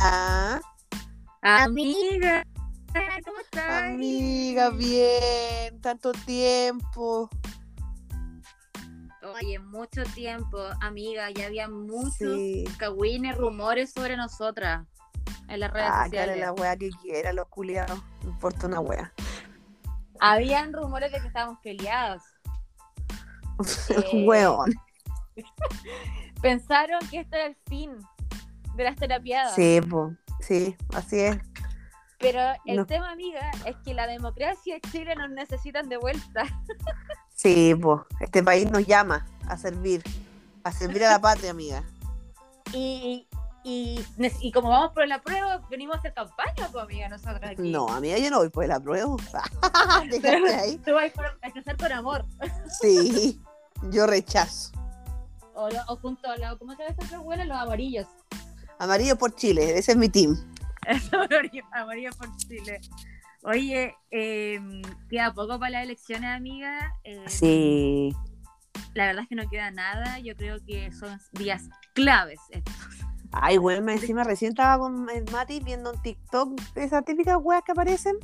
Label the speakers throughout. Speaker 1: Ah,
Speaker 2: Amiga, ¿cómo estás?
Speaker 1: amiga, bien, tanto tiempo.
Speaker 2: Oye, mucho tiempo, amiga, ya había muchos
Speaker 1: Sí.
Speaker 2: cagüines, rumores sobre nosotras en las redes
Speaker 1: Ah, claro,
Speaker 2: sociales.
Speaker 1: la wea que quiera, los culiados. No importa una wea.
Speaker 2: Habían rumores de que estábamos peleados. Eh,
Speaker 1: Weón.
Speaker 2: Pensaron que esto era el fin de las terapiadas.
Speaker 1: Sí, po. Sí, así es.
Speaker 2: Pero el
Speaker 1: No.
Speaker 2: tema, amiga, es que la democracia y Chile nos necesitan de vuelta.
Speaker 1: Sí, po. Este país nos llama a servir. A servir a la patria, amiga.
Speaker 2: Y, y, y como vamos por la prueba, venimos a hacer campaña, pues, amiga, nosotros aquí.
Speaker 1: No, amiga, yo no voy por el apruebo. Déjate ahí.
Speaker 2: Tú vas por- a casar con amor.
Speaker 1: Sí, yo rechazo.
Speaker 2: O, lo- o junto a los, ¿cómo se llama estos abuelos? Los amarillos.
Speaker 1: Amarillo por Chile, ese es mi team.
Speaker 2: amarillos por Chile. Oye, eh, queda poco para las elecciones, amiga. Eh,
Speaker 1: Sí.
Speaker 2: La verdad es que no queda nada. Yo creo que son días claves. estos.
Speaker 1: Ay, güey, me encima recién estaba con el Mati viendo en TikTok esas típicas weas que aparecen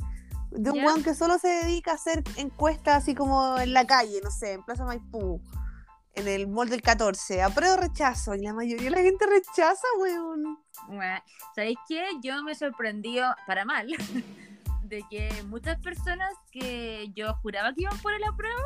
Speaker 1: de un
Speaker 2: Ya.
Speaker 1: weón que solo se dedica a hacer encuestas así como en la calle, no sé, en Plaza Maipú, en el Mall del 14, apruebo o rechazo, y la mayoría de la gente rechaza, weón.
Speaker 2: Bueno, ¿Sabéis qué? Yo me sorprendió, para mal, de que muchas personas que yo juraba que iban por el apruebo,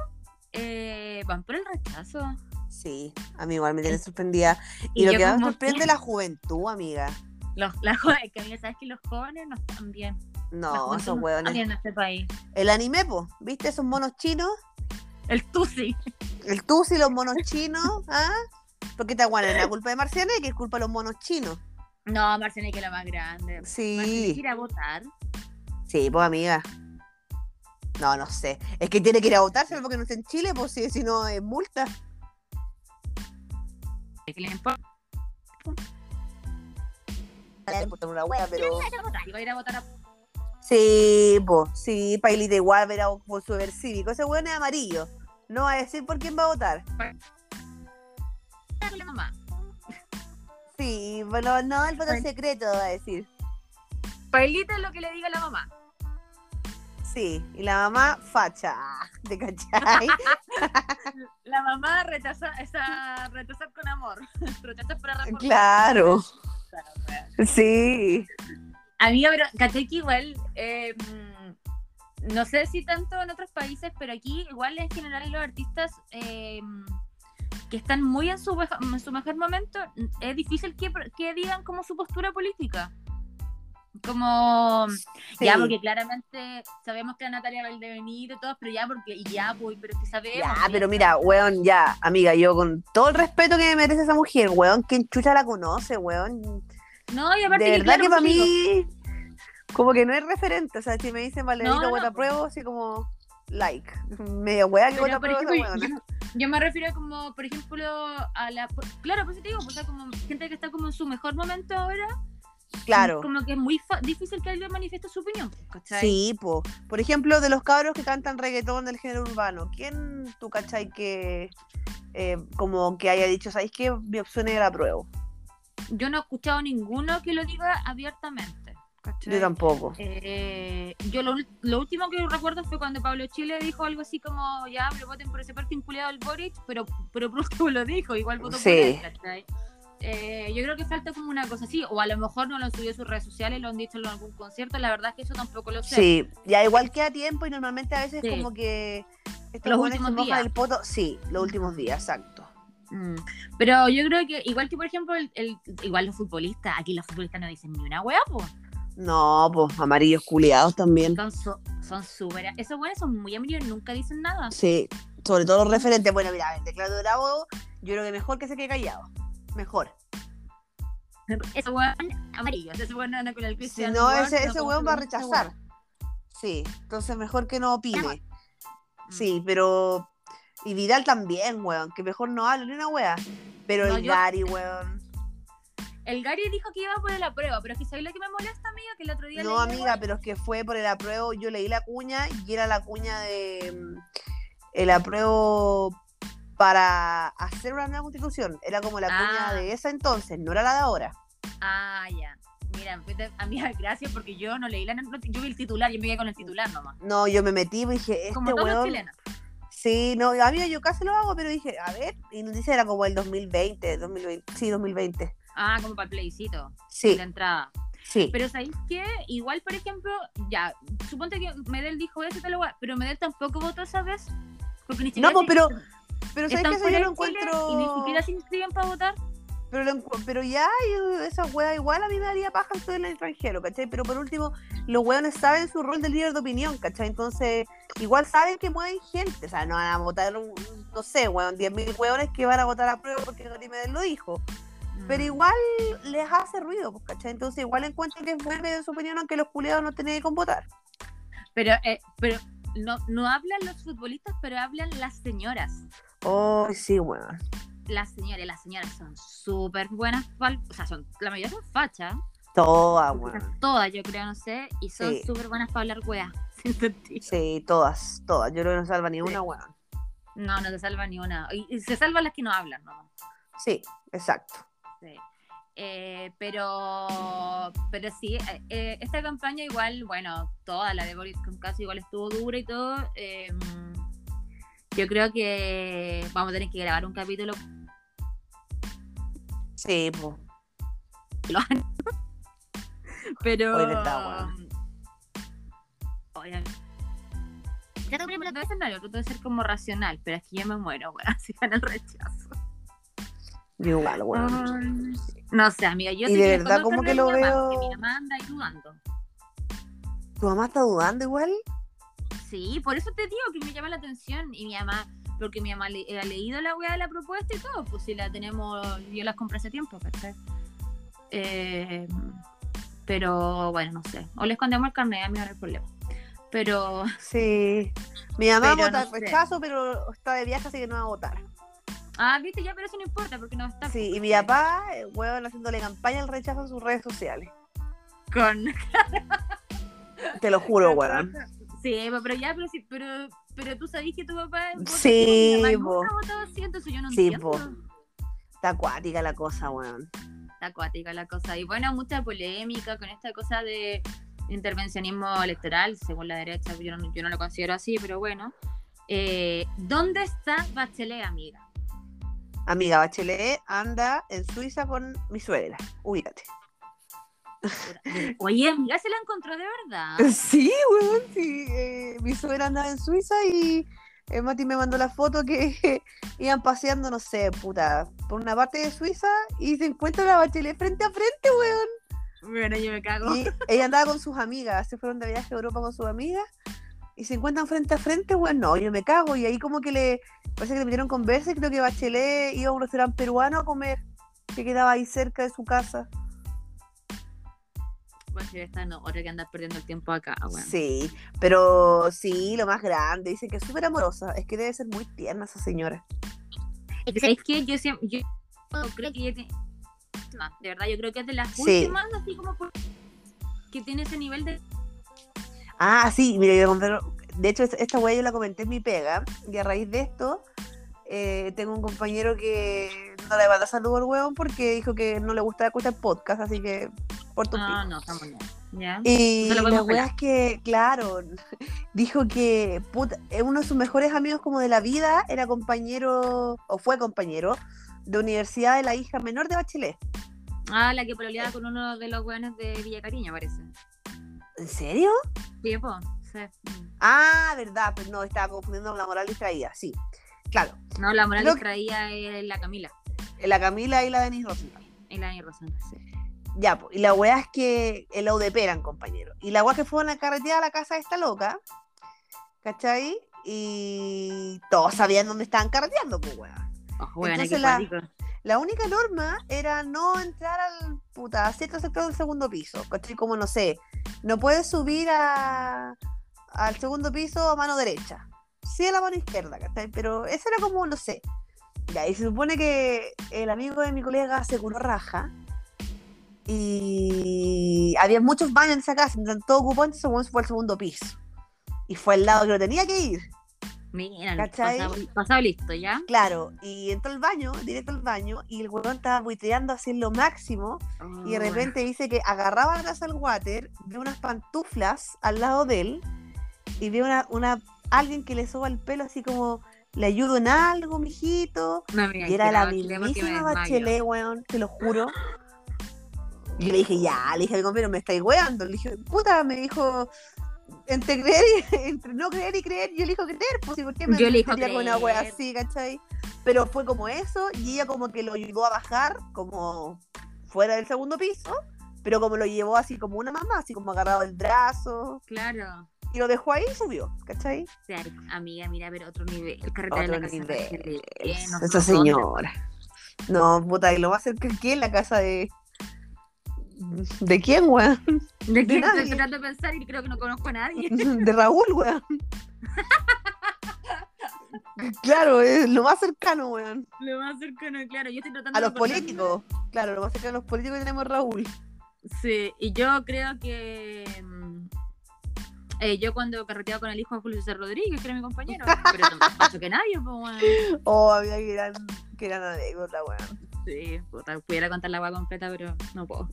Speaker 2: eh, van por el rechazo.
Speaker 1: Sí, a mí igual me tiene sorprendida.
Speaker 2: Y
Speaker 1: Y, lo
Speaker 2: yo
Speaker 1: que más me
Speaker 2: como,
Speaker 1: sorprende es la juventud, amiga.
Speaker 2: Los, la joven, que sabes que los jóvenes no están bien. La
Speaker 1: No,
Speaker 2: juventud
Speaker 1: esos
Speaker 2: no está
Speaker 1: weones.
Speaker 2: bien en este país.
Speaker 1: El anime, po, ¿viste? Esos monos chinos.
Speaker 2: El tusi.
Speaker 1: El tusi, los monos chinos, ¿ah? Porque está guana, la culpa de Marciana y que es culpa de los monos chinos.
Speaker 2: No, Marcela, que la más grande. Marcela,
Speaker 1: Sí,
Speaker 2: ir a votar.
Speaker 1: sí, pues amiga. No, no sé. Es que tiene que ir a votar, ¿sabes? Porque no está en Chile, pues si, si no es multa.
Speaker 2: Que le importa
Speaker 1: pero...
Speaker 2: ir a votar. Y va a ir a votar a...
Speaker 1: Sí, pues, sí, Pailita igual verá por su deber cívico. Ese weón es amarillo. No va a decir por quién va a votar.
Speaker 2: con la mamá.
Speaker 1: Sí, bueno, no, el voto
Speaker 2: Bueno.
Speaker 1: secreto va a decir.
Speaker 2: Pailita es lo que le diga la mamá.
Speaker 1: Sí, y la mamá facha. ¿Te cachai?
Speaker 2: La mamá rechaza, esa, rechazar con amor. Rechazar para reformar.
Speaker 1: claro, sí.
Speaker 2: Amiga, pero caché que igual, eh, mm, no sé si tanto en otros países, pero aquí igual en general los artistas eh, que están muy en su, beja- en su mejor momento, mm, es difícil que, que digan como su postura política. Como, ya,
Speaker 1: Sí.
Speaker 2: porque claramente sabemos que la Natalia Valdebenito y todos, pero ya, porque, y ya, pues, pero que sabemos.
Speaker 1: Ya,
Speaker 2: ya
Speaker 1: pero
Speaker 2: está.
Speaker 1: mira, weón, ya, amiga, yo con todo el respeto que me merece esa mujer, weón, ¿quién chucha la conoce, weón?
Speaker 2: No, y
Speaker 1: De
Speaker 2: aparte
Speaker 1: verdad
Speaker 2: claro,
Speaker 1: que para
Speaker 2: pues, como digo,
Speaker 1: mí, como que no es referente, o sea, si me dicen Valerito,
Speaker 2: No, no,
Speaker 1: no,
Speaker 2: po.
Speaker 1: apruebo, así como, like, media weá que
Speaker 2: Pero,
Speaker 1: vota
Speaker 2: por
Speaker 1: apruebo esa
Speaker 2: ejemplo,
Speaker 1: weona.
Speaker 2: yo, yo me refiero como, por ejemplo, a la... por- Claro, por eso te digo, pues, o sea, como gente que está como en su mejor momento ahora,
Speaker 1: Claro,
Speaker 2: como que es muy fa- difícil que alguien manifieste su opinión, ¿cachai?
Speaker 1: sí, po. Por ejemplo, de los cabros que cantan reggaetón del género urbano, ¿quién tú cachai que, eh, como que haya dicho, ¿sabéis qué? Mi opción es la apruebo.
Speaker 2: Yo no he escuchado ninguno que lo diga abiertamente, ¿cachai?
Speaker 1: Yo tampoco.
Speaker 2: Eh, yo lo, ul- lo último que recuerdo fue cuando Pablo Chile dijo algo así como ya, pero voten por ese partido inculiado al Boric, pero, pero por último lo dijo, igual votó
Speaker 1: Sí.
Speaker 2: por él, ¿cachai? Eh, yo creo que falta como una cosa así, o a lo mejor no lo han subido a sus redes sociales, lo han dicho en algún concierto, la verdad es que eso tampoco lo sé.
Speaker 1: Sí, ya igual queda tiempo y normalmente a veces
Speaker 2: Sí.
Speaker 1: como que estos
Speaker 2: Los
Speaker 1: jóvenes se
Speaker 2: últimos
Speaker 1: mojan
Speaker 2: días.
Speaker 1: el poto, sí, los últimos días, exacto.
Speaker 2: Mm. Pero yo creo que, igual que por ejemplo, el, el- igual los futbolistas, aquí los futbolistas no dicen ni una hueá, po.
Speaker 1: No, pues amarillos culiados también.
Speaker 2: Son su- son súper. Esos buenos son muy amarillos, nunca dicen nada.
Speaker 1: Sí, sobre todo los referentes. Bueno, mira, el teclado dorado, yo creo que mejor que se quede callado. Mejor.
Speaker 2: Esos hueón amarillos, esos hueón andan con el
Speaker 1: Si
Speaker 2: Cristian
Speaker 1: no,
Speaker 2: Ward,
Speaker 1: ese, ese
Speaker 2: como
Speaker 1: weón
Speaker 2: que
Speaker 1: va a
Speaker 2: con ese
Speaker 1: rechazar.
Speaker 2: hueón.
Speaker 1: Sí, entonces mejor que no opine.
Speaker 2: Mm.
Speaker 1: Sí, pero. Y Vidal también, weón, que mejor no hable ni una wea. Pero
Speaker 2: No,
Speaker 1: el
Speaker 2: yo-
Speaker 1: Gary, weón.
Speaker 2: El Gary dijo que iba por la prueba, pero es que ¿sabes lo que me molesta, amiga? Que el otro día
Speaker 1: No,
Speaker 2: leí-
Speaker 1: amiga, pero es que fue por el apruebo. Yo leí la cuña y era la cuña de. mm, El apruebo para hacer una nueva constitución. Era como la
Speaker 2: Ah.
Speaker 1: cuña de esa entonces, no era la de ahora.
Speaker 2: Ah, ya. mira, amiga, gracias porque yo no leí la not- yo vi el titular, yo me quedé con el titular nomás.
Speaker 1: No, yo me metí y dije, este
Speaker 2: Como todos los
Speaker 1: weón.
Speaker 2: chilenos.
Speaker 1: Sí, no, a mí yo casi lo hago, pero dije, a ver, y noticia era como el 2020, 2020, sí, 2020.
Speaker 2: Ah, como para el plebiscito,
Speaker 1: Sí,
Speaker 2: la entrada.
Speaker 1: sí.
Speaker 2: Pero ¿sabéis qué? Igual, por ejemplo, ya, suponte que Medel dijo eso, tal weá, pero Medel tampoco votó esa vez. Porque ni siquiera
Speaker 1: No,
Speaker 2: se-
Speaker 1: pero- Pero sabes
Speaker 2: están
Speaker 1: que eso
Speaker 2: fuera
Speaker 1: yo lo
Speaker 2: de Chile Y ni
Speaker 1: encuentro.
Speaker 2: siquiera se inscriben para votar.
Speaker 1: Pero, lo encu- pero ya, yo- esa wea igual a mí me daría paja estoy en el extranjero, ¿cachai? Pero por último, los weones saben su rol de líder de opinión, ¿cachai? Entonces, igual saben que mueven gente, o sea, no van a votar, un- no sé, weón, 10.000 weones que van a votar a prueba porque Gary Medel lo dijo. Pero
Speaker 2: Mm.
Speaker 1: igual les hace ruido, pues, ¿cachai? Entonces, igual encuentro que es bueno de su opinión, aunque los culiados no tenían con votar.
Speaker 2: Pero, eh, pero no, no hablan los futbolistas, pero hablan las señoras.
Speaker 1: Oh, sí, weón.
Speaker 2: Las señoras, las señoras son súper buenas, fal- o sea, son, la mayoría son fachas,
Speaker 1: Todas, weón.
Speaker 2: todas yo creo, no sé, y son
Speaker 1: Sí.
Speaker 2: súper buenas para hablar weas. ¿entendí?
Speaker 1: Sí, todas, todas. Yo creo que no salva ni una, weón.
Speaker 2: No, no se salva ni una. Y, y se salvan las que no hablan, ¿no?
Speaker 1: Sí, exacto.
Speaker 2: Sí. Eh, pero, pero sí, eh, eh, esta campaña igual, bueno, toda la de Boris con caso igual estuvo dura y todo. eh, yo creo que vamos a tener que grabar un capítulo
Speaker 1: Sí, pues.
Speaker 2: Pero. um,
Speaker 1: Oye, está bueno.
Speaker 2: Oye. Ya tengo primero que escenario, trato de ser como racional, pero es que yo me muero, weón, si gana el rechazo.
Speaker 1: Yo igual, weón.
Speaker 2: Ay, no sé, amiga, yo
Speaker 1: Y
Speaker 2: sí
Speaker 1: de
Speaker 2: le
Speaker 1: verdad,
Speaker 2: pongo el
Speaker 1: como que lo
Speaker 2: terreno a mi mamá, porque
Speaker 1: veo-
Speaker 2: Mi mamá anda ahí dudando.
Speaker 1: ¿Tu mamá está dudando igual?
Speaker 2: Sí, por eso te digo que me llama la atención. Y mi mamá, porque mi mamá le, ha leído la weá de la propuesta y todo, pues si la tenemos, yo las compré hace tiempo, ¿cachai? Eh, pero bueno, no sé. O le escondemos el carnet, a mí no hay problema. Pero
Speaker 1: Sí. Mi mamá
Speaker 2: Pero
Speaker 1: vota
Speaker 2: no sé.
Speaker 1: rechazo, pero está de viaje, así que no va a votar.
Speaker 2: Ah, viste, ya, pero eso no importa porque no está.
Speaker 1: Sí, y mi papá, eh, weón, haciéndole campaña al rechazo en sus redes sociales.
Speaker 2: Con.
Speaker 1: Te lo juro, weón.
Speaker 2: Sí, pero ya, pero sí, pero, pero tú sabés que tu papá. votó
Speaker 1: Sí,
Speaker 2: así, mi mamá
Speaker 1: po.
Speaker 2: nunca votó así, entonces yo no
Speaker 1: Sí,
Speaker 2: entiendo.
Speaker 1: po. Está acuática la cosa, weón.
Speaker 2: Está acuática la cosa. Y bueno, mucha polémica con esta cosa de intervencionismo electoral, según la derecha, yo no, yo no lo considero así, pero bueno. Eh, ¿Dónde está Bachelet, amiga?
Speaker 1: Amiga Bachelet anda en Suiza con mi suegra. Ubícate.
Speaker 2: Oye, amiga, se la encontró de verdad.
Speaker 1: Sí, weón, sí. eh, mi suegra andaba en Suiza y eh, Mati me mandó la foto que iban paseando, no sé, puta, por una parte de Suiza y se encuentra la Bachelet frente a frente, weón.
Speaker 2: Bueno, yo me cago.
Speaker 1: Y ella andaba con sus amigas, se fueron de viaje a Europa con sus amigas y se encuentran frente a frente, weón, no, yo me cago. Y ahí como que le, parece que le metieron conversa y creo que Bachelet iba a un restaurante peruano a comer, que quedaba ahí cerca de su casa.
Speaker 2: Bachelet está en otra que andas perdiendo el tiempo acá, Ah, bueno.
Speaker 1: Sí, pero sí, lo más grande, dice que es súper amorosa, es que debe ser muy tierna esa señora.
Speaker 2: Es que yo siempre, yo creo que ella tiene- no, de verdad, yo creo que es de las
Speaker 1: Sí.
Speaker 2: últimas, así como por- que tiene ese nivel de...
Speaker 1: Ah, sí, mira, yo compré- de hecho es- esta weá yo la comenté en mi pega y a raíz de esto eh, tengo un compañero que no le mandó saludo al weón porque dijo que no le gustaba escuchar podcast, así que por tu
Speaker 2: No, no, estamos bien. ¿Ya?
Speaker 1: Y
Speaker 2: Ah, No se lo
Speaker 1: la
Speaker 2: podemos
Speaker 1: weá es que, claro, dijo que puta, eh, uno de sus mejores amigos como de la vida era compañero, o fue compañero, de universidad de la hija menor de Bachelet.
Speaker 2: Ah, la que pololeaba con uno de los buenos de Villa Cariño, parece.
Speaker 1: ¿En serio?
Speaker 2: Sí, po, sí. Mm.
Speaker 1: Ah, verdad, pues no, estaba confundiendo con la moral distraída, sí. Claro,
Speaker 2: No, la moral
Speaker 1: Lo-
Speaker 2: que traía eh, la Camila,
Speaker 1: la Camila y la Denise Rosenthal.
Speaker 2: en la Dani Rosana, sí.
Speaker 1: Ya, pues, y la weá es que el UDP eran compañeros. Y la weá es que fueron a carretear a la casa de esta loca, ¿cachai? Y todos sabían dónde estaban carreteando, pues weá.
Speaker 2: Ojo, Oh, weón,
Speaker 1: Entonces
Speaker 2: qué
Speaker 1: la-
Speaker 2: cuático.
Speaker 1: La única norma era no entrar al puta, a cierto sector del segundo piso, ¿cachai? Como no sé, no puedes subir a, al segundo piso a mano derecha, sí a la mano izquierda, ¿cachai? Pero eso era como, no sé. Ya, y se supone que el amigo de mi colega se curó raja y había muchos baños en esa casa, entonces todo ocupó, entonces el weón se fue al segundo piso. Y fue el lado que lo tenía que ir.
Speaker 2: Mira,
Speaker 1: ¿Cachai?
Speaker 2: pasado, pasado listo, ¿ya?
Speaker 1: Claro, y entró al baño, directo al baño, y el huevón estaba buiteando así en lo máximo, y de
Speaker 2: Oh,
Speaker 1: repente dice que agarraba atrás al water, ve unas pantuflas al lado de él, y ve una, una, alguien que le soba el pelo así como, le ayudo en algo, mijito,
Speaker 2: no, mira,
Speaker 1: y era la
Speaker 2: que me
Speaker 1: mismísima
Speaker 2: desmayo.
Speaker 1: Bachelet, weón, te lo juro. Y le dije, ya, le dije al compañero, me estáis weando. Le dije, puta, me dijo, entre creer y entre no creer y creer, yo elijo creer, pues, ¿y ¿por qué me
Speaker 2: Yo elijo
Speaker 1: metería con una wea
Speaker 2: creer.
Speaker 1: así, cachai? Pero fue como eso, y ella como que lo ayudó a bajar, como fuera del segundo piso, pero como lo llevó así como una mamá, así como agarrado el brazo,
Speaker 2: Claro.
Speaker 1: y lo dejó ahí y subió, ¿cachai?
Speaker 2: O sea, amiga, mira, pero otro nivel. El carretera
Speaker 1: Otro
Speaker 2: de la casa.
Speaker 1: nivel.
Speaker 2: Bachelet, eh, no
Speaker 1: Esa
Speaker 2: sé dónde.
Speaker 1: señora. No, puta, y lo va a hacer que aquí en la casa de. ¿De quién, weón?
Speaker 2: ¿De qué
Speaker 1: nadie.
Speaker 2: estoy tratando de pensar y creo que no conozco a nadie?
Speaker 1: De Raúl, weón. Claro, es lo más cercano, weón.
Speaker 2: Lo más cercano, claro. Yo estoy tratando
Speaker 1: A los
Speaker 2: de acordarme.
Speaker 1: políticos. Claro, lo más cercano a los políticos que tenemos es Raúl.
Speaker 2: Sí, y yo creo que. mm, eh, yo cuando carreteaba con el hijo de Julio César Rodríguez, que era mi compañero, pero no más paso que nadie, pues, weón.
Speaker 1: Oh, había que eran, que eran anécdota, weón.
Speaker 2: Sí, puta, pudiera contar la agua completa, pero no puedo.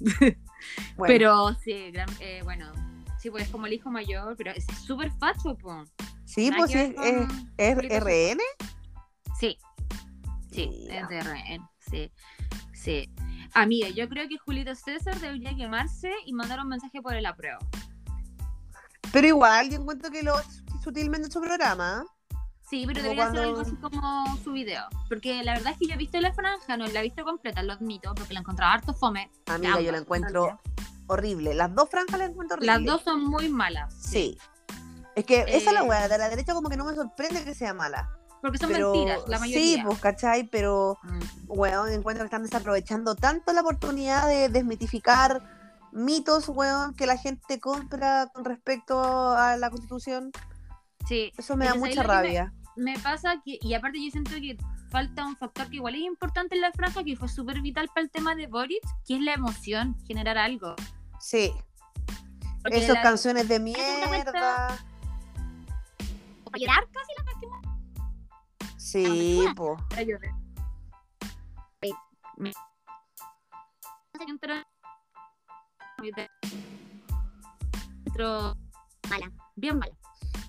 Speaker 1: Bueno,
Speaker 2: Pero sí, gran- eh, bueno, sí, pues es como el hijo mayor, pero es súper facho, pues.
Speaker 1: sí, pues sí, es, es, es RN.
Speaker 2: Sí, sí,
Speaker 1: Ya.
Speaker 2: es de rehén, sí, sí. Amiga, yo creo que Julito César debería quemarse y mandar un mensaje por el apruebo.
Speaker 1: Pero igual, yo encuentro que lo sutilmente en su programa. ¿eh?
Speaker 2: Sí, pero
Speaker 1: Como
Speaker 2: debería ser
Speaker 1: cuando-
Speaker 2: algo así como su video. Porque la verdad es que yo he visto la franja, no la he visto completa, lo admito, porque la encontraba harto fome.
Speaker 1: Amiga, yo la
Speaker 2: Ambas,
Speaker 1: encuentro horrible. Las dos franjas las encuentro horribles.
Speaker 2: Las dos son muy malas,
Speaker 1: Sí. Es que esa es la
Speaker 2: Eh,
Speaker 1: weá, de la derecha como que no me sorprende que sea mala.
Speaker 2: porque son
Speaker 1: pero,
Speaker 2: mentiras, la mayoría.
Speaker 1: Sí, pues, ¿cachai? Pero,
Speaker 2: Mm.
Speaker 1: weón, encuentro que están desaprovechando tanto la oportunidad de desmitificar mitos, weón, que la gente compra con respecto a la constitución.
Speaker 2: Sí,
Speaker 1: Eso me da
Speaker 2: Pero ¿sabes
Speaker 1: mucha
Speaker 2: lo que me-
Speaker 1: rabia.
Speaker 2: me pasa que, y aparte yo siento que falta un factor que igual es importante en la franja, que fue súper vital para el tema de Boric, que es la emoción, generar algo.
Speaker 1: Sí,
Speaker 2: Porque
Speaker 1: esas
Speaker 2: la-
Speaker 1: canciones de
Speaker 2: te das cuenta?
Speaker 1: mierda.
Speaker 2: para llorar, casi
Speaker 1: Sí, pues.
Speaker 2: para llorar. Me- Entró- entró- Mala, bien mala.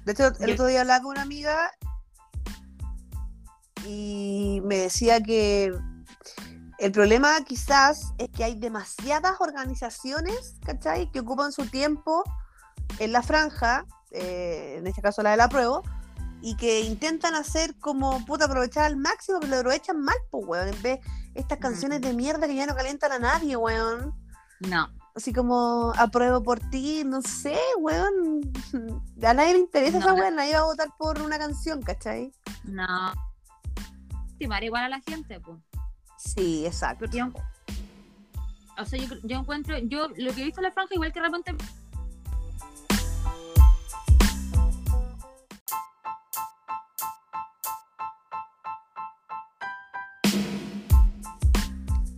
Speaker 1: De hecho, el
Speaker 2: Yo-
Speaker 1: otro día hablaba con una amiga y me decía que el problema quizás es que hay demasiadas organizaciones, ¿cachai?, que ocupan su tiempo en la franja, eh, en este caso la de la prueba, y que intentan hacer como, puta, aprovechar al máximo, pero lo aprovechan mal, pues, weón, en vez estas canciones de mierda que ya no calentan a nadie, weón.
Speaker 2: No,
Speaker 1: Así como, apruebo por ti, no sé, weón. A nadie le interesa
Speaker 2: No,
Speaker 1: esa
Speaker 2: no.
Speaker 1: weón, nadie va a votar por una canción, ¿cachai?
Speaker 2: no. Estimar igual a la gente, pues.
Speaker 1: Sí, exacto.
Speaker 2: Porque yo- o sea, yo, cre- yo encuentro, yo lo que he visto en la franja, igual que de repente.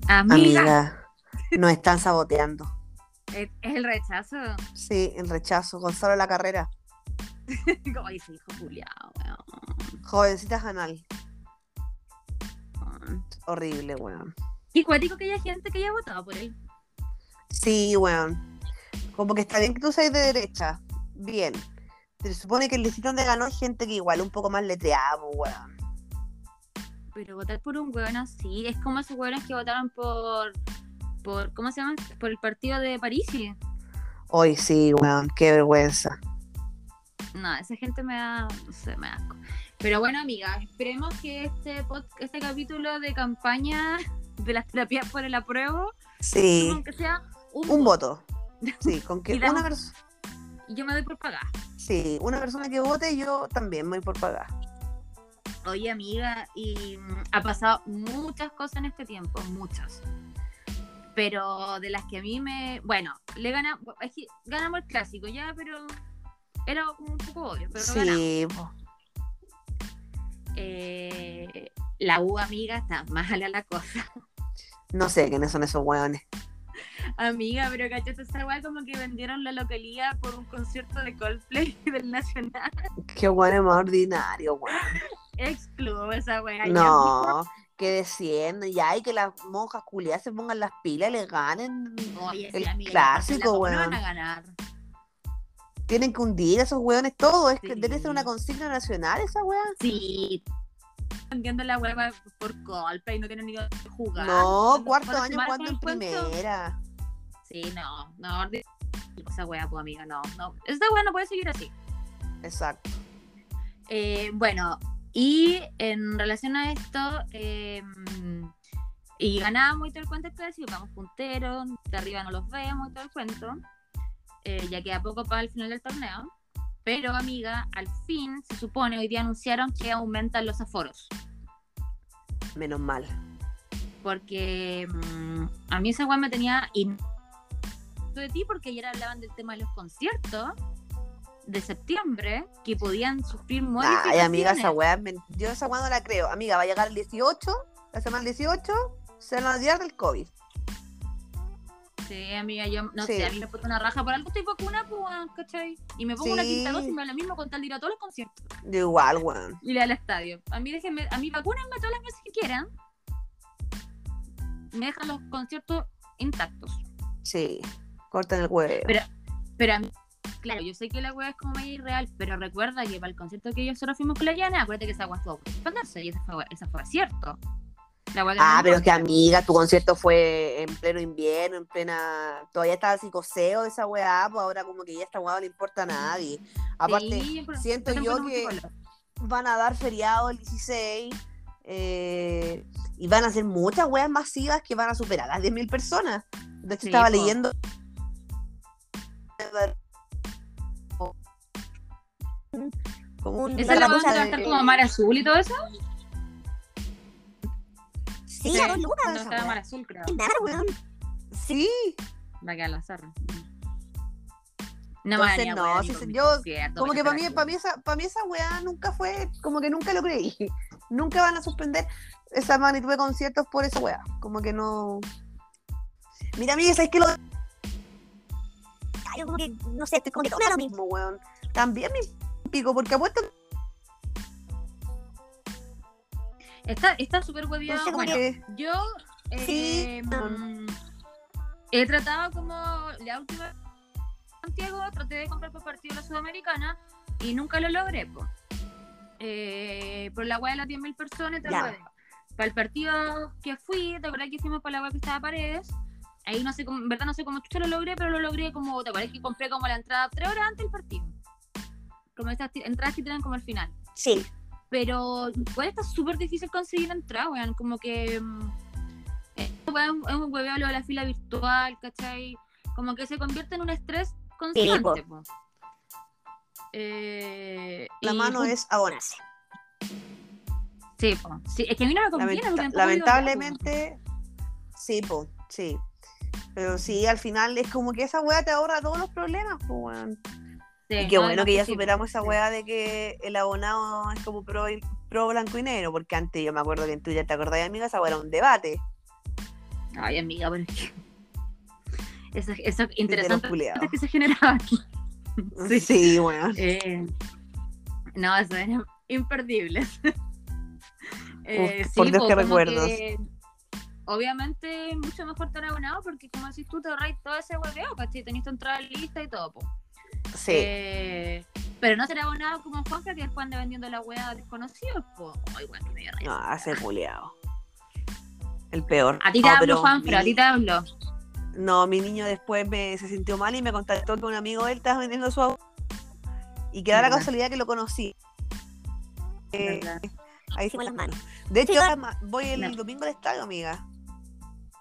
Speaker 2: Amiga,
Speaker 1: Amiga, nos están saboteando.
Speaker 2: Es, es el rechazo.
Speaker 1: Sí, el rechazo, Gonzalo la carrera.
Speaker 2: Como dice hijo Juliado,
Speaker 1: Jovencita Janal. Horrible, weón.
Speaker 2: Y cuático que haya gente que haya votado por él.
Speaker 1: Sí, weón. Como que está bien que tú seas de derecha. Bien. Se supone que el licito donde ganó es gente que igual un poco más letreada, pues, weón.
Speaker 2: Pero votar por un hueón así es como esos hueones que votaron por. por ¿Cómo se llama? Por el partido de París.
Speaker 1: Hoy sí, weón. Qué vergüenza.
Speaker 2: No, esa gente me da, no sé, me da asco. Pero bueno, amigas, esperemos que este pod- este capítulo de campaña de las terapias por el apruebo,
Speaker 1: Sí.
Speaker 2: aunque sea un,
Speaker 1: Un
Speaker 2: voto.
Speaker 1: voto. Sí, con que
Speaker 2: Y damos-
Speaker 1: una persona.
Speaker 2: Y yo me doy por pagar.
Speaker 1: Sí, una persona que vote, yo también me voy por pagar.
Speaker 2: Oye, amiga, y mm, ha pasado muchas cosas en este tiempo, muchas. Pero de las que a mí me. Bueno, le gana, es que ganamos el clásico ya, pero era como un poco obvio, pero no ganamos.
Speaker 1: sí, po.
Speaker 2: Eh, la U, amiga, está mala la cosa.
Speaker 1: no sé quiénes son esos hueones.
Speaker 2: Amiga, pero cachate esta weá como que vendieron la localidad por un concierto de Coldplay del Nacional.
Speaker 1: Qué bueno es más ordinario, weón.
Speaker 2: Ex club esa weá. ya,
Speaker 1: No, que descienden ya y que las monjas culiadas se pongan las pilas y les ganen.
Speaker 2: amigo. Oye, sí,
Speaker 1: El
Speaker 2: amiga,
Speaker 1: clásico,
Speaker 2: ¿cómo
Speaker 1: weón.
Speaker 2: No van a ganar.
Speaker 1: Tienen que hundir a esos weones todo. Es que
Speaker 2: Sí.
Speaker 1: debe ser una consigna nacional esa weá.
Speaker 2: Sí. Entiendo la hueva por Coldplay, no tienen ni que jugar.
Speaker 1: No,
Speaker 2: Cuando-
Speaker 1: cuarto
Speaker 2: cuando se
Speaker 1: año
Speaker 2: marca
Speaker 1: cuando
Speaker 2: el
Speaker 1: en
Speaker 2: cuento-
Speaker 1: primera.
Speaker 2: Sí, no, no, ordi- esa wea, pues amiga, no, no, esta wea no puede seguir así.
Speaker 1: Exacto.
Speaker 2: Eh, bueno, y en relación a esto, eh, y ganamos y todo el cuento, esto así, vamos punteros, de arriba no los vemos y todo el cuento, Eh, ya queda poco para el final del torneo, pero amiga, al fin, se supone, hoy día anunciaron que aumentan los aforos,
Speaker 1: Menos mal.
Speaker 2: porque mm, a mí esa wea me tenía in- de ti porque ayer hablaban del tema de los conciertos de septiembre que podían sufrir
Speaker 1: Ay,
Speaker 2: modificaciones.
Speaker 1: amiga, esa weá. men- Yo esa weá no la creo. Amiga, va a llegar el 18, la semana del 18, se van a olvidar del COVID.
Speaker 2: Sí, amiga, yo no
Speaker 1: Sí.
Speaker 2: sé, a mí me pongo una raja por algo, estoy vacuna, pues, weón, ¿cachai? Y me pongo una
Speaker 1: Sí.
Speaker 2: quinta dosis y me da lo mismo con tal de ir a todos los conciertos
Speaker 1: Yo igual, weón.
Speaker 2: y le al estadio. A mí déjenme, a mí vacúnenme todas las veces que quieran. Me dejan los conciertos intactos.
Speaker 1: Sí. Cortan el huevo.
Speaker 2: Pero- Pero a mí, claro, yo sé que la weá es como medio irreal, pero recuerda que para el concierto que nosotros fuimos con la Yana, acuérdate que esa weá estuvo por expandirse y esa fue, esa fue cierto. La weá que
Speaker 1: Ah,
Speaker 2: nos
Speaker 1: pero
Speaker 2: mandó.
Speaker 1: es que amiga, tu concierto fue en pleno invierno, en plena. Todavía estaba así coseo esa weá, pues ahora como que ya esta weá no le importa a nadie. Aparte,
Speaker 2: Sí, pero-
Speaker 1: siento
Speaker 2: pero
Speaker 1: yo
Speaker 2: fue
Speaker 1: que-
Speaker 2: multicolor.
Speaker 1: van a dar feriado el 16 eh, y van a hacer muchas weas masivas que van a superar a las 10.000 personas. De hecho,
Speaker 2: Sí,
Speaker 1: estaba
Speaker 2: po.
Speaker 1: leyendo. Como un-
Speaker 2: ¿Esa es la weá
Speaker 1: cosa
Speaker 2: que va a
Speaker 1: de-
Speaker 2: estar como Mar Azul y todo eso?
Speaker 1: Sí,
Speaker 2: Sí,
Speaker 1: a dos lucas
Speaker 2: No,
Speaker 1: esa
Speaker 2: estaba
Speaker 1: wea.
Speaker 2: Mar Azul, creo.
Speaker 1: Nada, weón. Sí,
Speaker 2: Va a quedar la zorra. No,
Speaker 1: Entonces,
Speaker 2: daría
Speaker 1: no,
Speaker 2: hueá ni
Speaker 1: sí,
Speaker 2: por
Speaker 1: sí,
Speaker 2: mi
Speaker 1: yo-
Speaker 2: concierto,
Speaker 1: como
Speaker 2: voy a
Speaker 1: que para mí,
Speaker 2: esperar.
Speaker 1: para mí esa, para mí esa weá nunca fue, como que nunca lo creí. Nunca van a suspender esa magnitud de conciertos por esa weá. Como que no. Mira, amiga, ¿sabes que lo
Speaker 3: Yo como que, no sé, estoy como que todo
Speaker 1: me da lo mismo, weón. También me pico, porque apuesto que
Speaker 2: Está está súper hueviado.
Speaker 1: no sé, como
Speaker 2: bueno,
Speaker 1: que.
Speaker 2: Yo
Speaker 1: Sí.
Speaker 2: eh, mm, he tratado como la última vez en Santiago, traté de comprar por partido la Sudamericana y nunca lo logré. po. Eh, por la weá de las 10.000 personas,
Speaker 1: Ya.
Speaker 2: Para el partido que fui, ¿te acuerdas que fuimos para la weá que estaba Paredes? Ahí no sé, cómo- en verdad no sé cómo chucha lo logré, pero lo logré como, ¿te acuerdas que compré como la entrada tres horas antes del partido? Como estas ti- entradas que tienen como al final.
Speaker 3: Sí.
Speaker 2: Pero igual está súper difícil conseguir entrar, weón. Como que. mm, Es weón, es un hueveo lo de la fila virtual, ¿cachai? Como que se convierte en un estrés constante,
Speaker 3: Sí,
Speaker 2: po. Eh,
Speaker 1: La
Speaker 2: y
Speaker 1: mano
Speaker 2: put-
Speaker 1: es abonarse.
Speaker 2: Sí, po. Sí, es que a mí no me conviene.
Speaker 1: Lamenta-
Speaker 2: porque tampoco digo,
Speaker 1: lamentablemente, sí, po, sí. Pero sí, al final es como que esa weá te ahorra todos los problemas, po, weón.
Speaker 2: ya, po. Sí,
Speaker 1: Y qué
Speaker 2: no,
Speaker 1: bueno
Speaker 2: no,
Speaker 1: que ya
Speaker 2: sí,
Speaker 1: superamos esa
Speaker 2: sí.
Speaker 1: weá de que el abonado es como pro, pro blanco y negro, porque antes yo me acuerdo que en tuya te acordás, amiga, esa weá era un debate.
Speaker 2: Ay, amiga, pero es que. Eso, eso
Speaker 1: de los
Speaker 2: interesante
Speaker 1: culeados.
Speaker 2: que se generaba.
Speaker 1: Sí,
Speaker 2: Sí.
Speaker 1: weón.
Speaker 2: Eh, no, eso eran imperdibles.
Speaker 1: Uf, por Dios,
Speaker 2: Eh, po,
Speaker 1: qué
Speaker 2: como
Speaker 1: recuerdos.
Speaker 2: que, obviamente, mucho mejor estar abonado porque, como decís tú, te ahorráis todo ese hueveo, ¿cachai? Tenés tu entrada lista y todo, po.
Speaker 1: Sí.
Speaker 2: Eh, pero no ser abonado como Juanfra que después anda vendiendo la hueá a desconocidos, po. Ay, bueno, me dio risa.
Speaker 1: No, hace culeado. El peor.
Speaker 2: A ti te
Speaker 1: Ah, No,
Speaker 2: hablo,
Speaker 1: pero
Speaker 2: Juanfra, a
Speaker 1: mi-
Speaker 2: ti te hablo.
Speaker 1: No, mi niño después me, se sintió mal y me contactó que un amigo de él estaba vendiendo su auto. Y quedó la
Speaker 2: Verdad.
Speaker 1: casualidad que lo conocí. Eh,
Speaker 2: ¿verdad?
Speaker 1: ahí
Speaker 3: Hicimos las manos.
Speaker 1: De hecho,
Speaker 3: Sí,
Speaker 1: ahora ma- voy el
Speaker 2: No.
Speaker 1: domingo al estadio, amiga.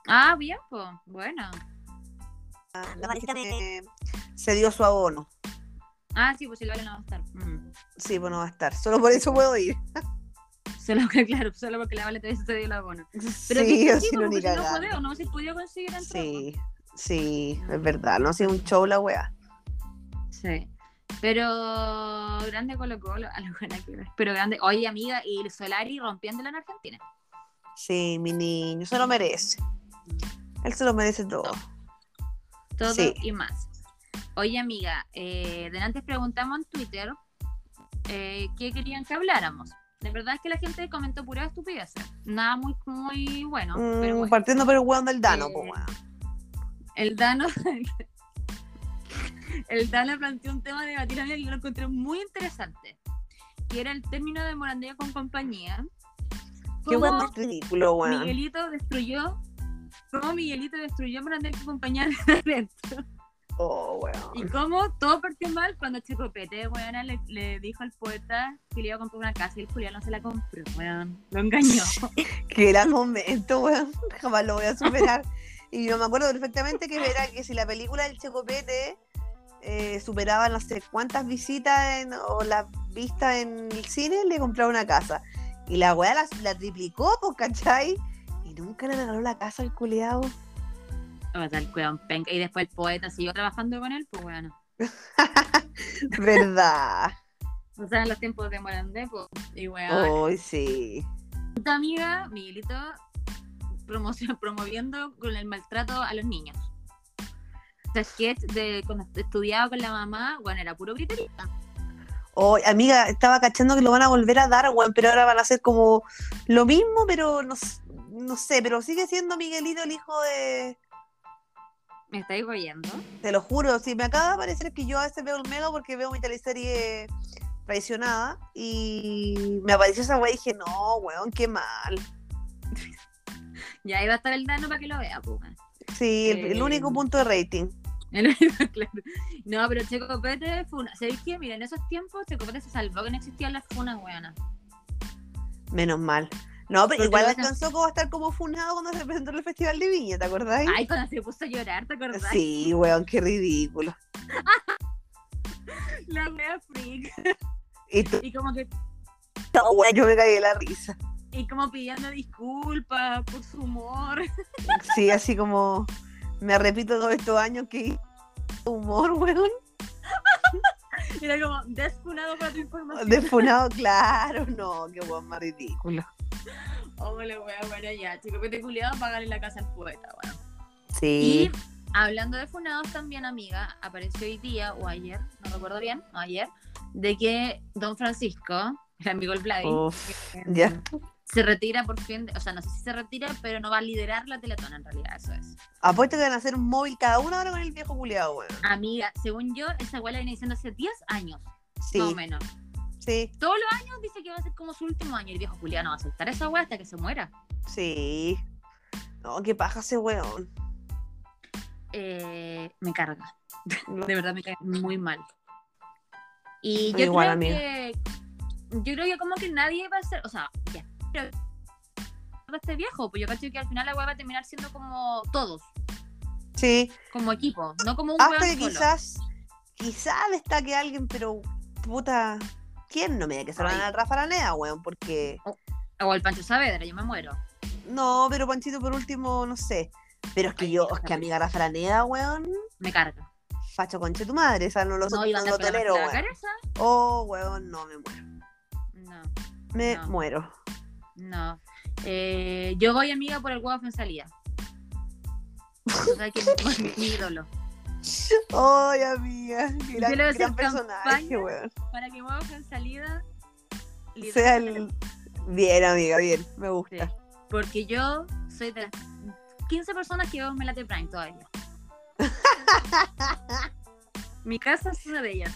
Speaker 2: Ah, bien, po. Bueno.
Speaker 1: Ah,
Speaker 3: la valecita me-
Speaker 1: Eh, se dio su abono.
Speaker 2: Ah, sí, pues si lo vale no va a estar. Mm.
Speaker 1: Sí, bueno, va a estar. Solo por eso puedo ir.
Speaker 2: Solo que, claro, solo porque la vale te se dio el abono. Pero
Speaker 1: sí,
Speaker 2: sí,
Speaker 1: o
Speaker 2: sí,
Speaker 1: si no,
Speaker 2: porque
Speaker 1: ni
Speaker 2: si no pues.
Speaker 1: cagando.
Speaker 2: podía, no se podía conseguir entrar.
Speaker 1: Sí, sí, es verdad. No ha sido un show la wea.
Speaker 2: Sí. Pero grande Colo Colo, a lo buena que era. Pero grande. Oye, amiga, y el Solari rompiéndola en Argentina.
Speaker 1: Sí, mi niño, se lo merece. Él se lo merece todo.
Speaker 2: Todo
Speaker 1: Sí.
Speaker 2: y más. Oye, amiga, eh, de antes preguntamos en Twitter eh, qué querían que habláramos. De verdad es que la gente comentó pura estupidez. Nada muy, muy bueno.
Speaker 1: Mm,
Speaker 2: pero bueno.
Speaker 1: Partiendo por el weón del Dano,
Speaker 2: Eh,
Speaker 1: po, weón.
Speaker 2: El Dano. el Dano planteó un tema de debatir a mí que yo lo encontré muy interesante. Que era el término de Morandeo con compañía.
Speaker 1: Qué
Speaker 2: ¿Cómo
Speaker 1: weón más ridículo, weón.
Speaker 2: Miguelito destruyó. Cómo Miguelito destruyó a Morandeo con compañía
Speaker 1: Oh, weón.
Speaker 2: Y cómo todo partió mal cuando Checopete, weón, le, le dijo al poeta que le iba a comprar una casa y el Julián no se la compró, weón. Lo engañó.
Speaker 1: que era el momento, weón. Jamás lo voy a superar. y yo me acuerdo perfectamente que era que si la película del Checopete eh, superaba no sé cuántas visitas en- o las vistas en el cine, le compraba una casa. Y la weá la, la triplicó, pues, ¿cachai? Y nunca le regaló la casa al culeado.
Speaker 2: O tal, weón, penca. Y después el poeta siguió trabajando con él, pues, weón.
Speaker 1: ¿Verdad?
Speaker 2: O sea, en los tiempos de Morandé, pues, y weón.
Speaker 1: Hoy sí.
Speaker 2: Tu amiga, Miguelito, promocio- promoviendo con el maltrato a los niños. Ese sketch de cuando estudiaba con la mamá, bueno, era puro gritería.
Speaker 1: Hoy, amiga, estaba cachando que lo van a volver a dar, weón, pero ahora van a hacer como lo mismo, pero no, s- no sé, pero sigue siendo Miguelito el hijo de,
Speaker 2: Me estáis oyendo.
Speaker 1: Te lo juro, si me acaba de parecer que yo a veces veo el mega porque veo mi teleserie traicionada y me apareció esa weá y dije, no, weón, qué mal.
Speaker 2: Ya ahí va a estar el dano para que lo vea, pues. weón.
Speaker 1: Sí, el, el
Speaker 2: Eh,
Speaker 1: único punto de rating.
Speaker 2: El- claro. No, pero Checo Pete funa. ¿Sabéis qué? Mira, en esos tiempos Checo Pete se salvó que no existían las funas, weona.
Speaker 1: Menos mal. No, pero
Speaker 2: Porque
Speaker 1: igual
Speaker 2: lo hacen-
Speaker 1: alcanzó como a estar como funado cuando se presentó en el Festival de Viña, ¿te acordás?
Speaker 2: Ay, cuando se puso a llorar, ¿te acordás?
Speaker 1: sí, weón, qué ridículo.
Speaker 2: La wea freak.
Speaker 1: Y tú,
Speaker 2: Y como que,
Speaker 1: no, weón, yo me caí de la risa.
Speaker 2: y como pidiendo disculpas por su humor.
Speaker 1: Sí, así como me repito todos estos años que hice humor, weón.
Speaker 2: Era como, desfunado para tu información.
Speaker 1: Defunado, claro, no, qué weón más ridículo.
Speaker 2: Oh, la wea, bueno, ya, chico, que te culiado, pagarle la casa al poeta, weón.
Speaker 1: Sí.
Speaker 2: Y hablando de funados también, amiga, apareció hoy día o ayer, no recuerdo bien, no ayer, de que Don Francisco, el amigo el Vladi,
Speaker 1: Uf,
Speaker 2: eh,
Speaker 1: Oh, ya.
Speaker 2: se retira por fin, de- o sea, no sé si se retira, pero no va a liderar la Teletón en realidad, eso es.
Speaker 1: Apuesto que van a hacer un móvil cada uno ahora con el viejo culiado, weón.
Speaker 2: Ah, Amiga, según yo, esa abuela viene diciendo hace 10 años, más o
Speaker 1: Sí,
Speaker 2: menos.
Speaker 1: sí,
Speaker 2: Todos los años dice que va a ser como su último año, el viejo Julián no va a soltar esa abuela hasta que se muera.
Speaker 1: sí. No, qué paja ese weón.
Speaker 2: Eh, me carga.
Speaker 1: No.
Speaker 2: De verdad me cae muy mal. Y yo
Speaker 1: Igual,
Speaker 2: creo
Speaker 1: amiga.
Speaker 2: que. Yo creo que como que nadie va a ser. O sea, ya. Pero este viejo, pues yo cacho que al final la wea va a terminar siendo como todos,
Speaker 1: Sí,
Speaker 2: como equipo, no como un
Speaker 1: hasta
Speaker 2: weón
Speaker 1: que
Speaker 2: solo.
Speaker 1: quizás, quizás destaque alguien, pero puta, ¿quién no me da que se lo van
Speaker 2: Ay.
Speaker 1: al Rafa Araneda, weón? Porque,
Speaker 2: O el Pancho Saavedra, yo me muero.
Speaker 1: no, pero Panchito por último, no sé. Pero es que
Speaker 2: Ay,
Speaker 1: yo,
Speaker 2: mira,
Speaker 1: es que
Speaker 2: esa
Speaker 1: amiga Rafa Araneda, weón,
Speaker 2: Me carga.
Speaker 1: facho conche tu madre, o sea, no lo
Speaker 2: No,
Speaker 1: soy,
Speaker 2: iba
Speaker 1: no
Speaker 2: a andar
Speaker 1: lo
Speaker 2: con la
Speaker 1: tolero,
Speaker 2: máscara de
Speaker 1: weón.
Speaker 2: cabeza.
Speaker 1: Oh, weón, no, me muero.
Speaker 2: No,
Speaker 1: Me
Speaker 2: No.
Speaker 1: muero.
Speaker 2: no. Eh, yo voy amiga por el huevo en salida. O sea, que es mi, mi ídolo.
Speaker 1: Ay, amiga, qué gran,
Speaker 2: le voy a hacer
Speaker 1: gran personaje,
Speaker 2: campaña.
Speaker 1: weón.
Speaker 2: Para que huevo en salida.
Speaker 1: sea
Speaker 2: lidere-
Speaker 1: el... Bien, amiga, bien, me
Speaker 2: Sí,
Speaker 1: gusta.
Speaker 2: Porque yo soy de las 15 personas que veo en Melate Prime todavía. Mi casa es una de ellas.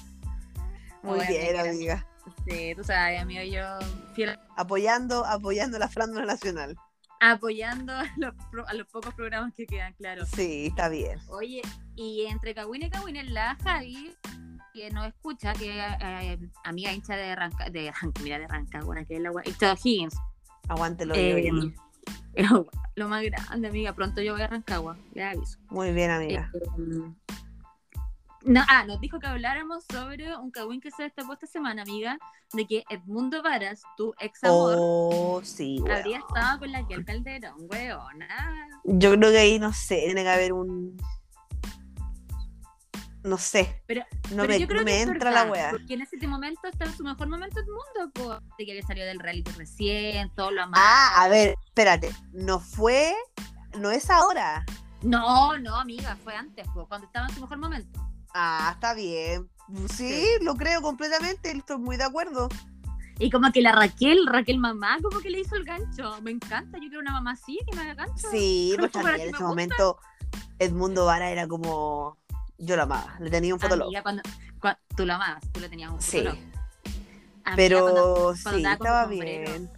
Speaker 1: Muy
Speaker 2: Oye,
Speaker 1: bien,
Speaker 2: amiga.
Speaker 1: amiga.
Speaker 2: Sí, tú sabes, amigo, yo fiel
Speaker 1: Apoyando, apoyando la frándula nacional.
Speaker 2: apoyando a los, pro- a los pocos programas que quedan, claro.
Speaker 1: Sí, está bien.
Speaker 2: Oye, y entre Kawin y Kawin, la Javi, que no escucha, que eh, amiga hincha de Ranca, de Ranca, mira, de Rancagua, que es la gua- hincha de O'Higgins.
Speaker 1: Aguántelo.
Speaker 2: Eh,
Speaker 1: Yoli.
Speaker 2: lo más grande, amiga, pronto yo voy a Rancagua, le aviso.
Speaker 1: Muy bien, amiga.
Speaker 2: Em, no, ah, nos dijo que habláramos sobre un cagüín que se destapó esta semana, amiga, de que Edmundo Varas, tu ex eh, amor,
Speaker 1: Oh, sí, weón.
Speaker 2: habría estado con la Kiel Calderón, weona.
Speaker 1: Yo creo que ahí, no sé, tiene que haber un... No sé.
Speaker 2: Pero-
Speaker 1: no
Speaker 2: Pero
Speaker 1: me,
Speaker 2: yo creo
Speaker 1: no
Speaker 2: que
Speaker 1: me
Speaker 2: es
Speaker 1: entra
Speaker 2: verdad,
Speaker 1: la wea.
Speaker 2: Porque en ese momento estaba en su mejor momento Edmundo, po, de que había salido del reality recién, todo lo amaba.
Speaker 1: Ah, a ver, espérate. No fue... No es ahora.
Speaker 2: No, no, amiga, fue antes, po, cuando estaba en su mejor momento.
Speaker 1: Ah, está bien. Sí, lo creo completamente, estoy muy de acuerdo.
Speaker 2: Y como que la Raquel, Raquel mamá, como que le hizo el gancho. Me encanta, yo quiero una mamá así que me haga gancho.
Speaker 1: Sí, pues
Speaker 2: Pero para
Speaker 1: también
Speaker 2: que
Speaker 1: en
Speaker 2: me
Speaker 1: ese
Speaker 2: gusta.
Speaker 1: momento Edmundo Vara era como. Yo lo amaba, le tenía un fotolog.
Speaker 2: Amiga, cuando, cua- tú la amabas, tú le tenías un
Speaker 1: Sí,
Speaker 2: fotolog. Amiga, cuando-
Speaker 1: pero
Speaker 2: cuando
Speaker 1: sí,
Speaker 2: andaba con
Speaker 1: estaba
Speaker 2: sombrero.
Speaker 1: bien.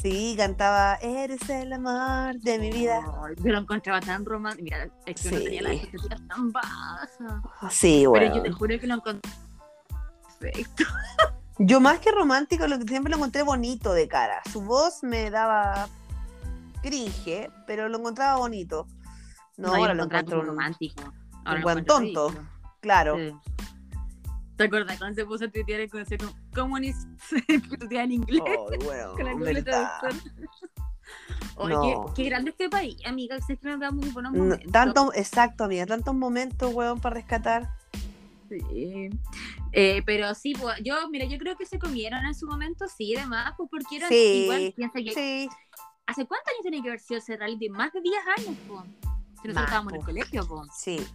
Speaker 1: Sí, cantaba Eres el amor de mi vida.
Speaker 2: Ay, Yo lo encontraba tan romántico. Mira, es que uno
Speaker 1: Sí.
Speaker 2: tenía la expectativa tan baja.
Speaker 1: Ah, Sí, bueno.
Speaker 2: Pero yo te juro que lo encontré perfecto.
Speaker 1: Yo más que romántico, lo que siempre lo encontré bonito de cara. Su voz me daba cringe, pero lo encontraba bonito. No,
Speaker 2: yo
Speaker 1: ahora lo
Speaker 2: encontraba
Speaker 1: encuentro
Speaker 2: como
Speaker 1: un-
Speaker 2: romántico. Ahora
Speaker 1: un
Speaker 2: lo
Speaker 1: buen
Speaker 2: encuentro
Speaker 1: tonto.
Speaker 2: ridículo.
Speaker 1: claro.
Speaker 2: Sí. ¿Te acuerdas cuando se puso a tuitear el concepto comunista en inglés?
Speaker 1: Ay, weón,
Speaker 2: con la Google
Speaker 1: verdad.
Speaker 2: Traductor. Oye,
Speaker 1: No.
Speaker 2: qué, qué grande este país, amiga. Es que nos damos buenos
Speaker 1: No,
Speaker 2: momentos.
Speaker 1: tanto, exacto, amiga, tantos momentos, weón, para rescatar.
Speaker 2: Sí. Eh, pero sí, pues, yo, mira, yo creo que se comieron en su momento, sí, además, pues porque eran
Speaker 1: Sí.
Speaker 2: igual, piensa que
Speaker 1: Sí,
Speaker 2: ¿Hace cuántos años tiene que haber sido ese reality? Más de 10 años, po. Si nosotros
Speaker 1: Más, pues.
Speaker 2: estábamos
Speaker 1: po.
Speaker 2: en el colegio, pues. po.
Speaker 1: sí.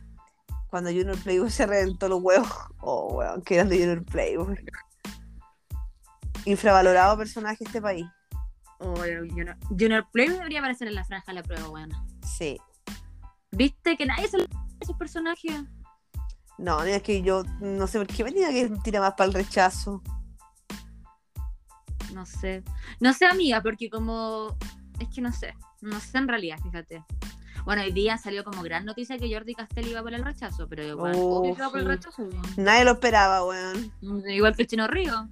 Speaker 1: Cuando Junior Playboy se reventó los huevos. Oh, weón, qué grande Junior Playboy. Infravalorado personaje este país.
Speaker 2: Oh, yo no- Junior Play debería aparecer en la franja de la prueba, bueno.
Speaker 1: Sí.
Speaker 2: ¿Viste que nadie se le a esos personajes?
Speaker 1: No, mira, es que yo no sé por qué me tenía que tirar más para el rechazo.
Speaker 2: No sé. No sé, amiga, porque como. Es que no sé. No sé en realidad, fíjate. Bueno, hoy día salió como gran noticia que Jordi Castell iba por el rechazo, pero igual.
Speaker 1: Oh,
Speaker 2: obvio que va por el
Speaker 1: sí.
Speaker 2: rechazo.
Speaker 1: Nadie lo esperaba, weón.
Speaker 2: weón. Igual que Chino Río.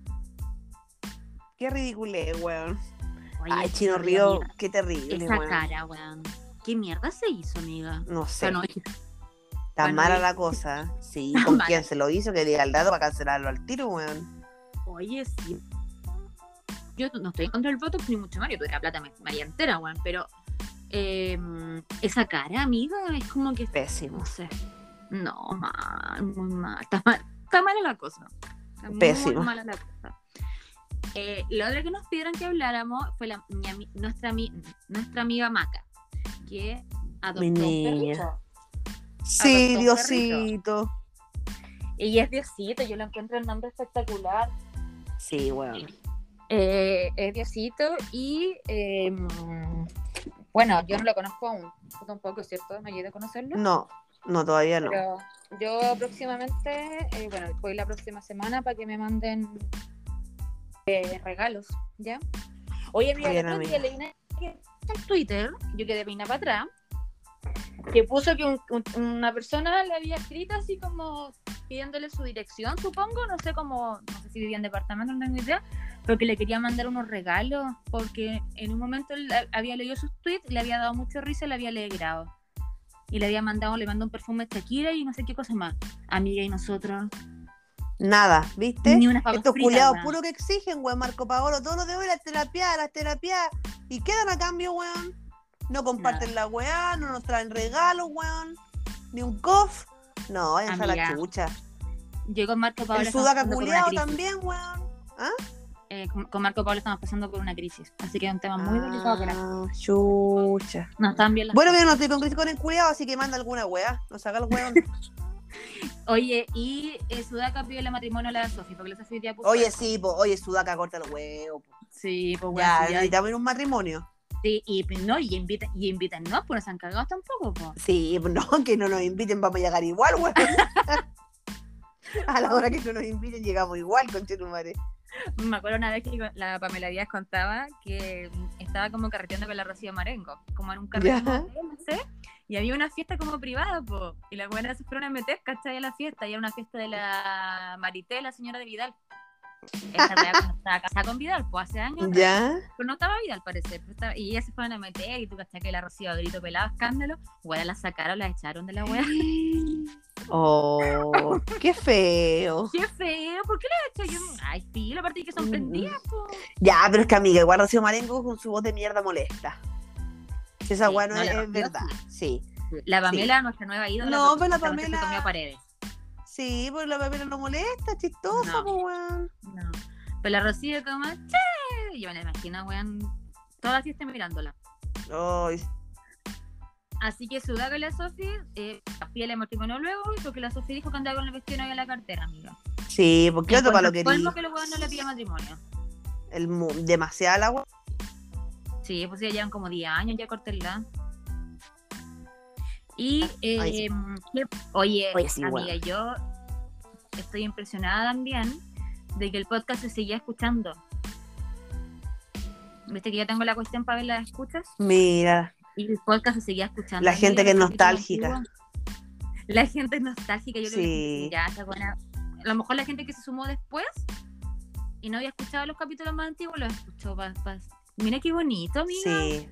Speaker 1: Qué ridiculez, weón.
Speaker 2: Oye,
Speaker 1: Ay, Chino Río,
Speaker 2: amiga,
Speaker 1: qué terrible,
Speaker 2: Esa
Speaker 1: weón.
Speaker 2: cara, weón. ¿Qué mierda se hizo, amiga?
Speaker 1: No
Speaker 2: O
Speaker 1: sé.
Speaker 2: sea, no,
Speaker 1: Tan
Speaker 2: Bueno,
Speaker 1: mala
Speaker 2: y-
Speaker 1: la cosa. Sí,
Speaker 2: Tan
Speaker 1: con
Speaker 2: mala.
Speaker 1: quien se lo hizo, que diga al dato para cancelarlo al tiro, weón.
Speaker 2: Oye, sí. Yo no estoy en contra del voto, ni mucho más. Yo tuve la plata ma- María entera, weón. Pero eh, esa cara, amiga, es como que.
Speaker 1: Pésimo.
Speaker 2: No sé. No, mal, muy mal. Está, mal, está mala la cosa. Está
Speaker 1: Pésimo.
Speaker 2: Muy mala la cosa. Eh, lo otro que nos pidieron que habláramos fue la, mi ami- nuestra, ami- nuestra amiga Maca, que adoptó
Speaker 1: Mi
Speaker 2: un
Speaker 1: niña.
Speaker 2: perrito.
Speaker 1: Sí,
Speaker 2: Adoptó un
Speaker 1: Diosito.
Speaker 2: Y es Diosito, yo lo encuentro el nombre espectacular.
Speaker 1: Sí, weón.
Speaker 2: Eh, es Diosito y eh, bueno, yo no lo conozco aún, tú tampoco, ¿cierto? No llegué a conocerlo.
Speaker 1: No, no, todavía no.
Speaker 2: Pero yo próximamente, eh, bueno, voy la próxima semana para que me manden eh, regalos, ¿ya? Oye, mira,
Speaker 1: Oye,
Speaker 2: el otro
Speaker 1: no,
Speaker 2: día
Speaker 1: mira.
Speaker 2: leí una- en Twitter, yo quedé peinada para atrás, que puso que un- un- una persona le había escrito así como pidiéndole su dirección, supongo, no sé cómo, no sé si vivía en departamento, no tengo idea, pero que le quería mandar unos regalos, porque en un momento él ha- había leído sus tweets, le había dado mucho risa y le había alegrado y le había mandado, le mandó un perfume a Shakira y no sé qué cosa más. Amiga y nosotros.
Speaker 1: Nada, ¿viste?
Speaker 2: Ni unas papas
Speaker 1: Este Estos
Speaker 2: fritas,
Speaker 1: culiados
Speaker 2: weón.
Speaker 1: puro que exigen, weón, Marco Paolo. Todos los de hoy las terapias, las terapias. Y quedan a cambio, weón. No comparten la weá, no nos traen regalos, weón. Ni un cof. No, vayan a la
Speaker 2: Amiga,
Speaker 1: chucha.
Speaker 2: Yo con Marco Pablo.
Speaker 1: El
Speaker 2: estamos
Speaker 1: sudaca
Speaker 2: pasando por una
Speaker 1: culiado
Speaker 2: crisis.
Speaker 1: también, weón.
Speaker 2: Eh, con, con Marco Pablo estamos pasando por una crisis. Así que es un tema muy delicado para nosotros.
Speaker 1: Ah, chucha.
Speaker 2: No están bien las
Speaker 1: Bueno,
Speaker 2: cosas.
Speaker 1: mira, no estoy con Cris con el culiado, así que manda alguna weá. Nos haga el weón.
Speaker 2: Oye, y eh, Sudaca pide el matrimonio a la Sofi, porque la Sofi hoy día puso-
Speaker 1: Oye, sí, po, oye, sudaca, corta el huevo. po.
Speaker 2: Sí, pues bueno,
Speaker 1: Ya,
Speaker 2: sí, ya,
Speaker 1: necesitamos ir a un matrimonio.
Speaker 2: sí, y pues, no, y invitan, y invitan, no, pues no se han cagado tampoco, po.
Speaker 1: Sí, no, que no nos inviten, vamos a llegar igual, weón. A la hora que no nos inviten, llegamos igual, con madre.
Speaker 2: Me acuerdo una vez que la Pamela Díaz contaba que estaba como carreteando con la Rocío Marengo, como en un carrete,
Speaker 1: Ya.
Speaker 2: como, no sé, y había una fiesta como privada, po, y las buenas se fueron a meter, E ¿cachai? A la fiesta, y era una fiesta de la Marité, la señora de Vidal. Esta wea cuando estaba casada con Vidal, pues hace años, atrás,
Speaker 1: ¿Ya?
Speaker 2: pero no estaba Vidal, parece, pero estaba- y ellas se fueron a meter, E, y tú, ¿cachai? Que la Rocío a grito pelado, escándalo, wea, la sacaron, la echaron de la wea.
Speaker 1: Oh, qué feo.
Speaker 2: ¡Qué feo! ¿Por qué la echó? Yo, ay, sí, la parte que
Speaker 1: Mm.
Speaker 2: son prendidas, po.
Speaker 1: Ya, pero es que amiga, igual Rocío Marengo con su voz de mierda molesta. Si esa
Speaker 2: Sí,
Speaker 1: weá no,
Speaker 2: no,
Speaker 1: es,
Speaker 2: la
Speaker 1: es
Speaker 2: Rocío
Speaker 1: verdad, sí.
Speaker 2: La Pamela, nuestra nueva ídola.
Speaker 1: No,
Speaker 2: porque
Speaker 1: pero la
Speaker 2: justamente se
Speaker 1: Pamela-
Speaker 2: comió paredes.
Speaker 1: Sí, pues la papera no molesta, es chistosa, pues,
Speaker 2: No.
Speaker 1: po, weón.
Speaker 2: No. Pero la Rocío como, che, yo me la imagino, weón, toda la fiesta mirándola.
Speaker 1: Ay,
Speaker 2: Así que sudá con la Sofi, eh, Sofía le matrimonio luego, porque la Sofi dijo que andaba con el vestido novio en la cartera, amiga.
Speaker 1: Sí, porque otro para lo
Speaker 2: que
Speaker 1: que
Speaker 2: colmo que los huevos no le piden matrimonio.
Speaker 1: el mu- demasiada la agua.
Speaker 2: Sí, pues ya llevan como 10 años ya cortenla. Y, eh,
Speaker 1: Ay, sí.
Speaker 2: que- oye,
Speaker 1: Oye, sí,
Speaker 2: amiga,
Speaker 1: bueno.
Speaker 2: yo estoy impresionada también de que el podcast se siga escuchando. Viste que yo tengo la cuestión para ver las escuchas
Speaker 1: Mira,
Speaker 2: y el podcast se seguía escuchando.
Speaker 1: La
Speaker 2: amiga,
Speaker 1: gente que es
Speaker 2: los
Speaker 1: nostálgica.
Speaker 2: capítulos antiguos. La gente es nostálgica, yo creo
Speaker 1: Sí.
Speaker 2: que ya está buena. A lo mejor la gente que se sumó después y no había escuchado los capítulos más antiguos, los escuchó. pa- pa- Mira qué bonito, amiga.
Speaker 1: sí.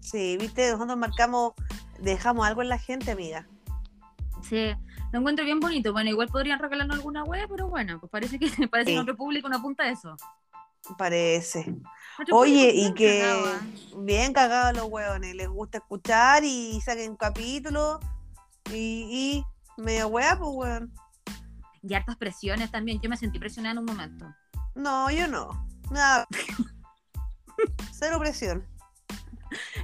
Speaker 1: Sí, viste, nosotros marcamos, dejamos algo en la gente, amiga.
Speaker 2: Sí, lo encuentro bien bonito. Bueno, igual podrían regalarnos alguna web, pero bueno, pues parece que parece
Speaker 1: Sí.
Speaker 2: que nuestro público no apunta a eso.
Speaker 1: Parece.
Speaker 2: Nuestro
Speaker 1: Oye,
Speaker 2: público
Speaker 1: y
Speaker 2: bien
Speaker 1: que
Speaker 2: cagado, ah.
Speaker 1: bien cagados los hueones, les gusta escuchar y saquen capítulos y, y medio hueá, pues hueón.
Speaker 2: Y hartas presiones también. Yo me sentí presionada en un momento.
Speaker 1: No, yo no. Nada. Cero presión.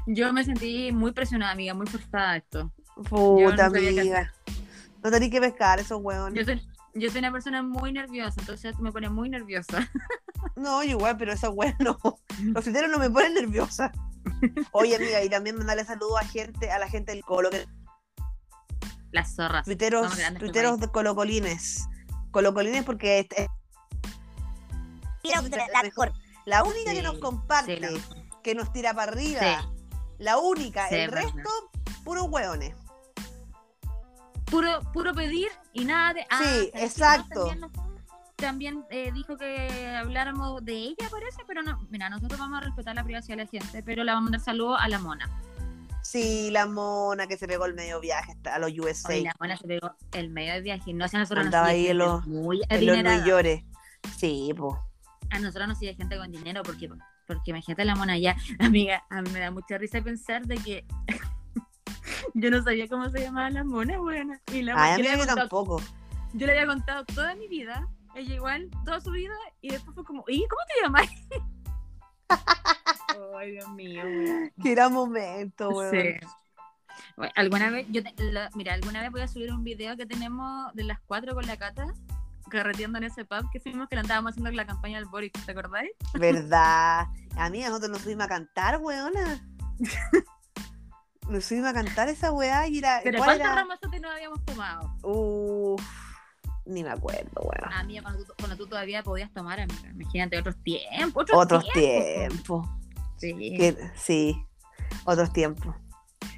Speaker 2: Yo me sentí muy presionada, amiga, muy forzada a esto. Yo no
Speaker 1: Puta,
Speaker 2: sabía qué
Speaker 1: amiga. No tenés que pescar esos
Speaker 2: Yo
Speaker 1: hueones.
Speaker 2: soy, yo soy una persona muy nerviosa, entonces esto me pone muy nerviosa.
Speaker 1: No, yo igual, pero esos hueones no. Los friteros no me ponen nerviosa. Oye, amiga, y también mandarle saludos a gente, a la gente del colo, que
Speaker 2: Las zorras.
Speaker 1: Tuiteros,
Speaker 2: Somos grandes
Speaker 1: tuiteros de colocolines. Colocolines porque es, es
Speaker 3: Mira, pues, la, la mejor.
Speaker 1: la única que
Speaker 2: Sí,
Speaker 1: nos
Speaker 2: Sí,
Speaker 1: comparte,
Speaker 2: la-
Speaker 1: que nos tira para arriba.
Speaker 2: sí.
Speaker 1: La única,
Speaker 2: Sí,
Speaker 1: el
Speaker 2: es verdad.
Speaker 1: resto, puros hueones.
Speaker 2: Puro, puro pedir y nada de. ah,
Speaker 1: Sí,
Speaker 2: ¿sabes qué?
Speaker 1: exacto.
Speaker 2: También, nos- también, eh, dijo que habláramos de ella, parece, pero no. Mira, nosotros vamos a respetar la privacidad de la gente, pero le vamos a mandar saludos a la mona.
Speaker 1: Sí, la mona que se pegó el medio viaje hasta- a los USA.
Speaker 2: Hoy la mona se pegó el medio de viaje. No sé, a nosotros
Speaker 1: Andaba
Speaker 2: nos sigue
Speaker 1: ahí en
Speaker 2: gente
Speaker 1: los-
Speaker 2: muy
Speaker 1: en los
Speaker 2: adinerada.
Speaker 1: New York. Sí, po.
Speaker 2: a nosotros nos sigue gente con dinero porque porque imagínate la mona ya amiga a mí me da mucha risa pensar de que yo no sabía cómo se llamaba la mona buena y la
Speaker 1: Ay, a
Speaker 2: yo,
Speaker 1: mí
Speaker 2: le había
Speaker 1: yo
Speaker 2: contado,
Speaker 1: tampoco.
Speaker 2: yo le había contado toda mi vida ella igual toda su vida y después fue como ¿y cómo te llamas? ay Dios mío weón.
Speaker 1: Que era momento, hueón.
Speaker 2: Sí. Bueno, alguna vez yo te- la- mira alguna vez voy a subir un video que tenemos de las cuatro con la cata carreteando en ese pub que fuimos que la andábamos haciendo la campaña del Boric ¿te acordáis?
Speaker 1: ¿Verdad? A mí nosotros nos subimos a cantar, weona. Nos subimos a cantar esa weá y era.
Speaker 2: Pero
Speaker 1: ¿cuál
Speaker 2: ¿cuántas
Speaker 1: era?
Speaker 2: ramazotes nos habíamos tomado?
Speaker 1: Uf, ni me acuerdo, weón.
Speaker 2: Ah, Amiga, cuando tú, cuando tú todavía podías tomar, amiga. Imagínate, otros tiempos. Otros,
Speaker 1: Otros
Speaker 2: tiempos.
Speaker 1: tiempos.
Speaker 2: Sí.
Speaker 1: que- Sí, otros tiempos.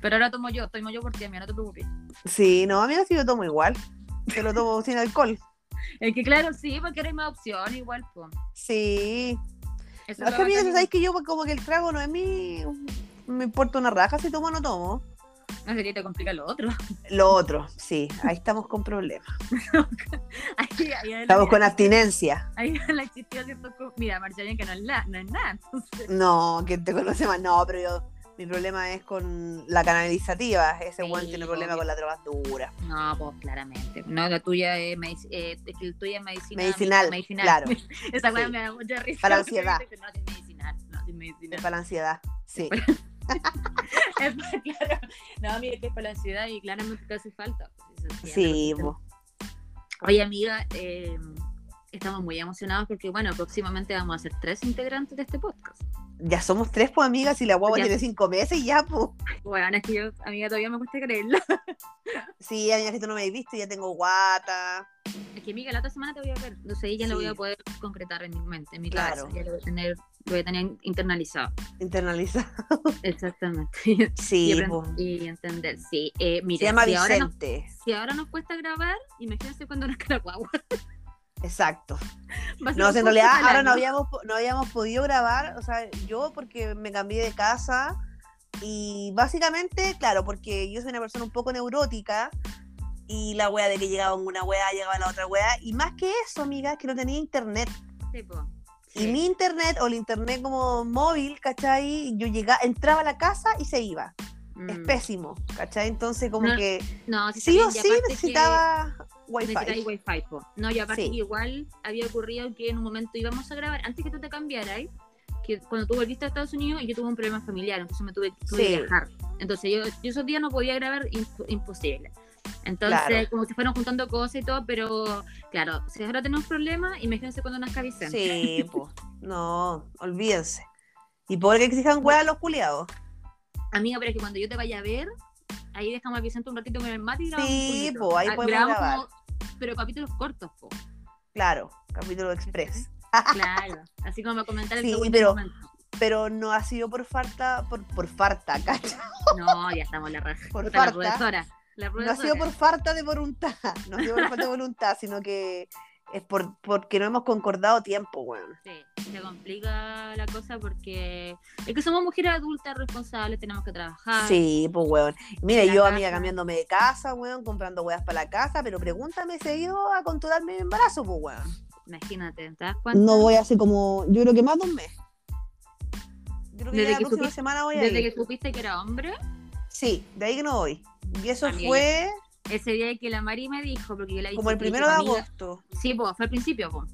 Speaker 2: Pero ahora tomo yo, tomo yo por ti, amiga, no te preocupes.
Speaker 1: Sí, no, a mí sí yo tomo igual. Yo lo tomo sin alcohol.
Speaker 2: Es que claro, sí, porque era más opción igual, pues.
Speaker 1: Sí.
Speaker 2: Eso
Speaker 1: Es
Speaker 2: lo
Speaker 1: que a mí,
Speaker 2: bacán,
Speaker 1: ¿sabes que yo como que el trago no es mi... Me importa una raja si tomo o no tomo.
Speaker 2: No sé, te complica lo otro.
Speaker 1: Lo otro, sí, ahí estamos con problemas.
Speaker 2: Ahí, ahí adelante,
Speaker 1: Estamos con abstinencia.
Speaker 2: Ahí la existió cierto. co- Mira, Marcelina, que no es, la, no es nada. Entonces,
Speaker 1: No, que te conoce más. No, pero yo... Mi problema es con la canalizativa. Ese
Speaker 2: Sí,
Speaker 1: weón tiene problema
Speaker 2: obvio.
Speaker 1: con la droga dura.
Speaker 2: no, pues claramente. No, la tuya es, medic- eh, es que la tuya es medicina.
Speaker 1: Medicinal,
Speaker 2: medicinal.
Speaker 1: claro.
Speaker 2: Esa weá
Speaker 1: Sí.
Speaker 2: me da mucha risa.
Speaker 1: Para
Speaker 2: porque
Speaker 1: ansiedad.
Speaker 2: dice, No, es medicinal. No, es medicinal.
Speaker 1: Es para la ansiedad. Sí.
Speaker 2: Es más, claro. No, mira, que es para la ansiedad y claramente te hace falta. Pues, eso sí,
Speaker 1: Sí,
Speaker 2: anda,
Speaker 1: po.
Speaker 2: perfecto. Oye, amiga, eh, estamos muy emocionados porque, bueno, próximamente vamos a ser tres integrantes de este podcast.
Speaker 1: ya somos tres, pues, amigas, y la guagua
Speaker 2: Ya.
Speaker 1: tiene cinco meses y ya, pues.
Speaker 2: Bueno, es que yo, amiga, todavía me cuesta creerlo.
Speaker 1: Sí, amiga, que tú no me has visto, ya tengo guata.
Speaker 2: Es que, amiga, la otra semana te voy a ver. No sé, ya lo
Speaker 1: Sí.
Speaker 2: voy a poder concretar en mi mente, en mi
Speaker 1: Claro.
Speaker 2: cabeza. Ya lo voy a tener, lo voy a tener internalizado.
Speaker 1: Internaliza.
Speaker 2: Exactamente. Y,
Speaker 1: Sí,
Speaker 2: aprend-
Speaker 1: po.
Speaker 2: y entender. Sí, eh,
Speaker 1: se
Speaker 2: mira,
Speaker 1: llama
Speaker 2: si ahora, nos,
Speaker 1: Vicente.
Speaker 2: si ahora nos cuesta grabar, imagínense cuando nos queda guagua.
Speaker 1: Exacto.
Speaker 2: Va a ser
Speaker 1: No,
Speaker 2: un
Speaker 1: si en
Speaker 2: podcast
Speaker 1: realidad
Speaker 2: al
Speaker 1: ahora no
Speaker 2: año.
Speaker 1: habíamos, po- no habíamos podido grabar, o sea, yo porque me cambié de casa y básicamente, claro, porque yo soy una persona un poco neurótica y la wea de que llegaba una wea, llegaba la otra wea, y más que eso, amiga, es que no tenía internet.
Speaker 2: Sí, po.
Speaker 1: Y mi internet o el internet como móvil, ¿cachai? Yo llegaba, entraba a la casa y se iba.
Speaker 2: Mm.
Speaker 1: Es pésimo, ¿cachai? Entonces como
Speaker 2: No,
Speaker 1: que
Speaker 2: Mm. No, sí,
Speaker 1: sí o
Speaker 2: también, y
Speaker 1: sí
Speaker 2: aparte que
Speaker 1: necesitaba wifi.
Speaker 2: necesitáis wifi, po. No, y aparte
Speaker 1: Sí.
Speaker 2: que igual había ocurrido que en un momento íbamos a grabar, antes que tú te cambiaras, que cuando tú volviste a Estados Unidos, yo tuve un problema familiar, entonces me tuve, tuve
Speaker 1: Sí.
Speaker 2: que viajar. Entonces yo, yo esos días no podía grabar imp- imposible. Entonces,
Speaker 1: Claro.
Speaker 2: como se fueron juntando cosas y todo, pero claro, si ahora tenemos problemas, imagínense cuando nazca Vicente.
Speaker 1: Sí, po. No, olvídense. Y por que exijan hueá a los culiados.
Speaker 2: Amiga, pero es que cuando yo te vaya a ver, ahí dejamos a Vicente un ratito con el mate y grabamos.
Speaker 1: Sí,
Speaker 2: un
Speaker 1: po, ahí
Speaker 2: Ah,
Speaker 1: podemos
Speaker 2: grabamos
Speaker 1: grabar.
Speaker 2: como- pero capítulos cortos, po.
Speaker 1: Claro, capítulo express.
Speaker 2: Claro. Así como para comentar el
Speaker 1: Sí,
Speaker 2: segundo
Speaker 1: pero-
Speaker 2: momento.
Speaker 1: Pero no ha sido por falta, por, por falta, cacha.
Speaker 2: No, ya estamos en la raja.
Speaker 1: Por
Speaker 2: Puta, La
Speaker 1: farta.
Speaker 2: profesora.
Speaker 1: No
Speaker 2: La
Speaker 1: ha
Speaker 2: profesora.
Speaker 1: sido por falta de voluntad. No ha sido por falta de voluntad, sino que es por, porque no hemos concordado tiempo, weón.
Speaker 2: Sí, se complica la cosa porque es que somos mujeres adultas, responsables, tenemos que trabajar.
Speaker 1: Sí, pues, weón. Mira,
Speaker 2: La
Speaker 1: yo, amiga,
Speaker 2: casa.
Speaker 1: cambiándome de casa, weón, comprando weas para la casa, pero pregúntame si he ido a controlarme mi embarazo, pues, weón.
Speaker 2: Imagínate, ¿te das cuenta?
Speaker 1: No voy hace como, yo creo que más de un mes. Yo creo que
Speaker 2: Desde
Speaker 1: ya la
Speaker 2: que
Speaker 1: próxima
Speaker 2: supiste-
Speaker 1: semana voy a
Speaker 2: Desde
Speaker 1: ir.
Speaker 2: que supiste que era hombre,
Speaker 1: Sí, de ahí que no voy. Y eso
Speaker 2: Amiga,
Speaker 1: fue
Speaker 2: ese día que la Mari me dijo, porque yo la
Speaker 1: como el
Speaker 2: dije,
Speaker 1: primero de
Speaker 2: amiga-
Speaker 1: agosto.
Speaker 2: Sí, pues, fue al principio, pues.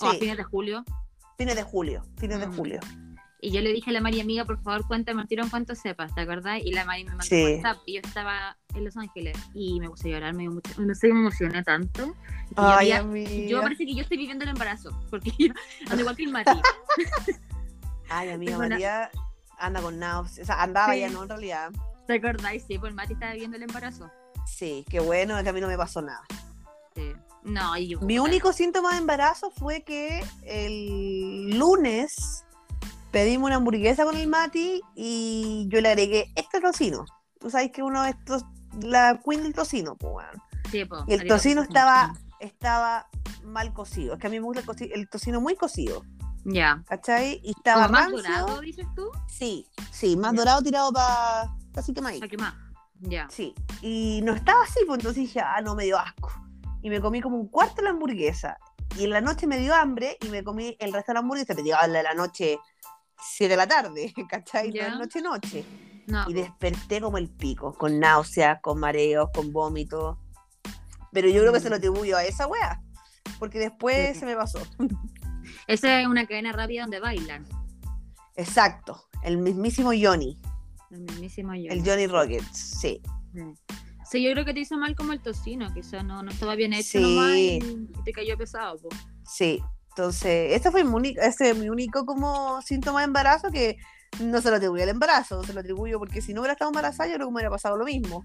Speaker 2: O a
Speaker 1: Sí,
Speaker 2: fines de julio.
Speaker 1: fines de julio, fines de
Speaker 2: Mm.
Speaker 1: julio.
Speaker 2: Y yo le dije a la Mari, amiga, por favor, cuéntame al tiro en cuanto sepas, ¿te acordás? Y la Mari me mandó
Speaker 1: Sí.
Speaker 2: un WhatsApp y yo estaba en Los Ángeles y me puse a llorar, me dio mucho, no sé, me emocioné tanto. Y yo había-
Speaker 1: amiga.
Speaker 2: yo parece que yo estoy viviendo el embarazo, porque yo, al igual que el Mati,
Speaker 1: Ay, amiga
Speaker 2: Tengo una-
Speaker 1: María anda con naus. O sea, andaba
Speaker 2: Sí.
Speaker 1: ya, ¿no? En realidad.
Speaker 2: ¿te acordáis? Sí, pues el Mati estaba viviendo el embarazo.
Speaker 1: Sí, qué bueno, es que a mí no me pasó nada.
Speaker 2: Sí. No, y yo...
Speaker 1: Mi único síntoma de embarazo fue que el lunes pedimos una hamburguesa con el Mati y yo le agregué extra tocino. Tú sabes que uno es to- la queen del tocino, pues, weón.
Speaker 2: Sí, po,
Speaker 1: Y el
Speaker 2: arriba,
Speaker 1: tocino
Speaker 2: pues,
Speaker 1: estaba, estaba mal cocido. Es que a mí me gusta el, coci- el tocino muy cocido,
Speaker 2: Ya.
Speaker 1: ¿cachai? Y
Speaker 2: ¿Como
Speaker 1: estaba
Speaker 2: más
Speaker 1: rancio.
Speaker 2: dorado, dices tú?
Speaker 1: Sí, sí, más
Speaker 2: Ya.
Speaker 1: dorado tirado para casi que maíz.
Speaker 2: ¿A qué más? Ya.
Speaker 1: Sí, y no estaba así, pues entonces dije, ah, no, me dio asco. Y me comí como un cuarto de la hamburguesa. Y en la noche me dio hambre y me comí el resto de la hamburguesa. Te llegaba la de la noche, 7 de la tarde, ¿cachai? No
Speaker 2: Ya. Ah.
Speaker 1: es noche, noche.
Speaker 2: No,
Speaker 1: Y
Speaker 2: po.
Speaker 1: desperté como el pico, con náuseas, con mareos, con vómito. Pero yo creo que se lo atribuyo a esa wea. Porque después
Speaker 2: Sí.
Speaker 1: se me pasó.
Speaker 2: esa es una cadena rápida donde bailan.
Speaker 1: Exacto. El mismísimo Johnny.
Speaker 2: El mismísimo yo.
Speaker 1: El Johnny Rockets. Sí.
Speaker 2: Sí. Sí, yo creo que te hizo mal como el tocino, quizás no, no estaba bien hecho
Speaker 1: Sí.
Speaker 2: nomás y y te cayó pesado. po.
Speaker 1: Sí, entonces, este fue mi único, ese es mi único como síntoma de embarazo que no se lo atribuyo al embarazo, se lo atribuyo porque si no hubiera estado embarazada yo creo que me hubiera pasado lo mismo.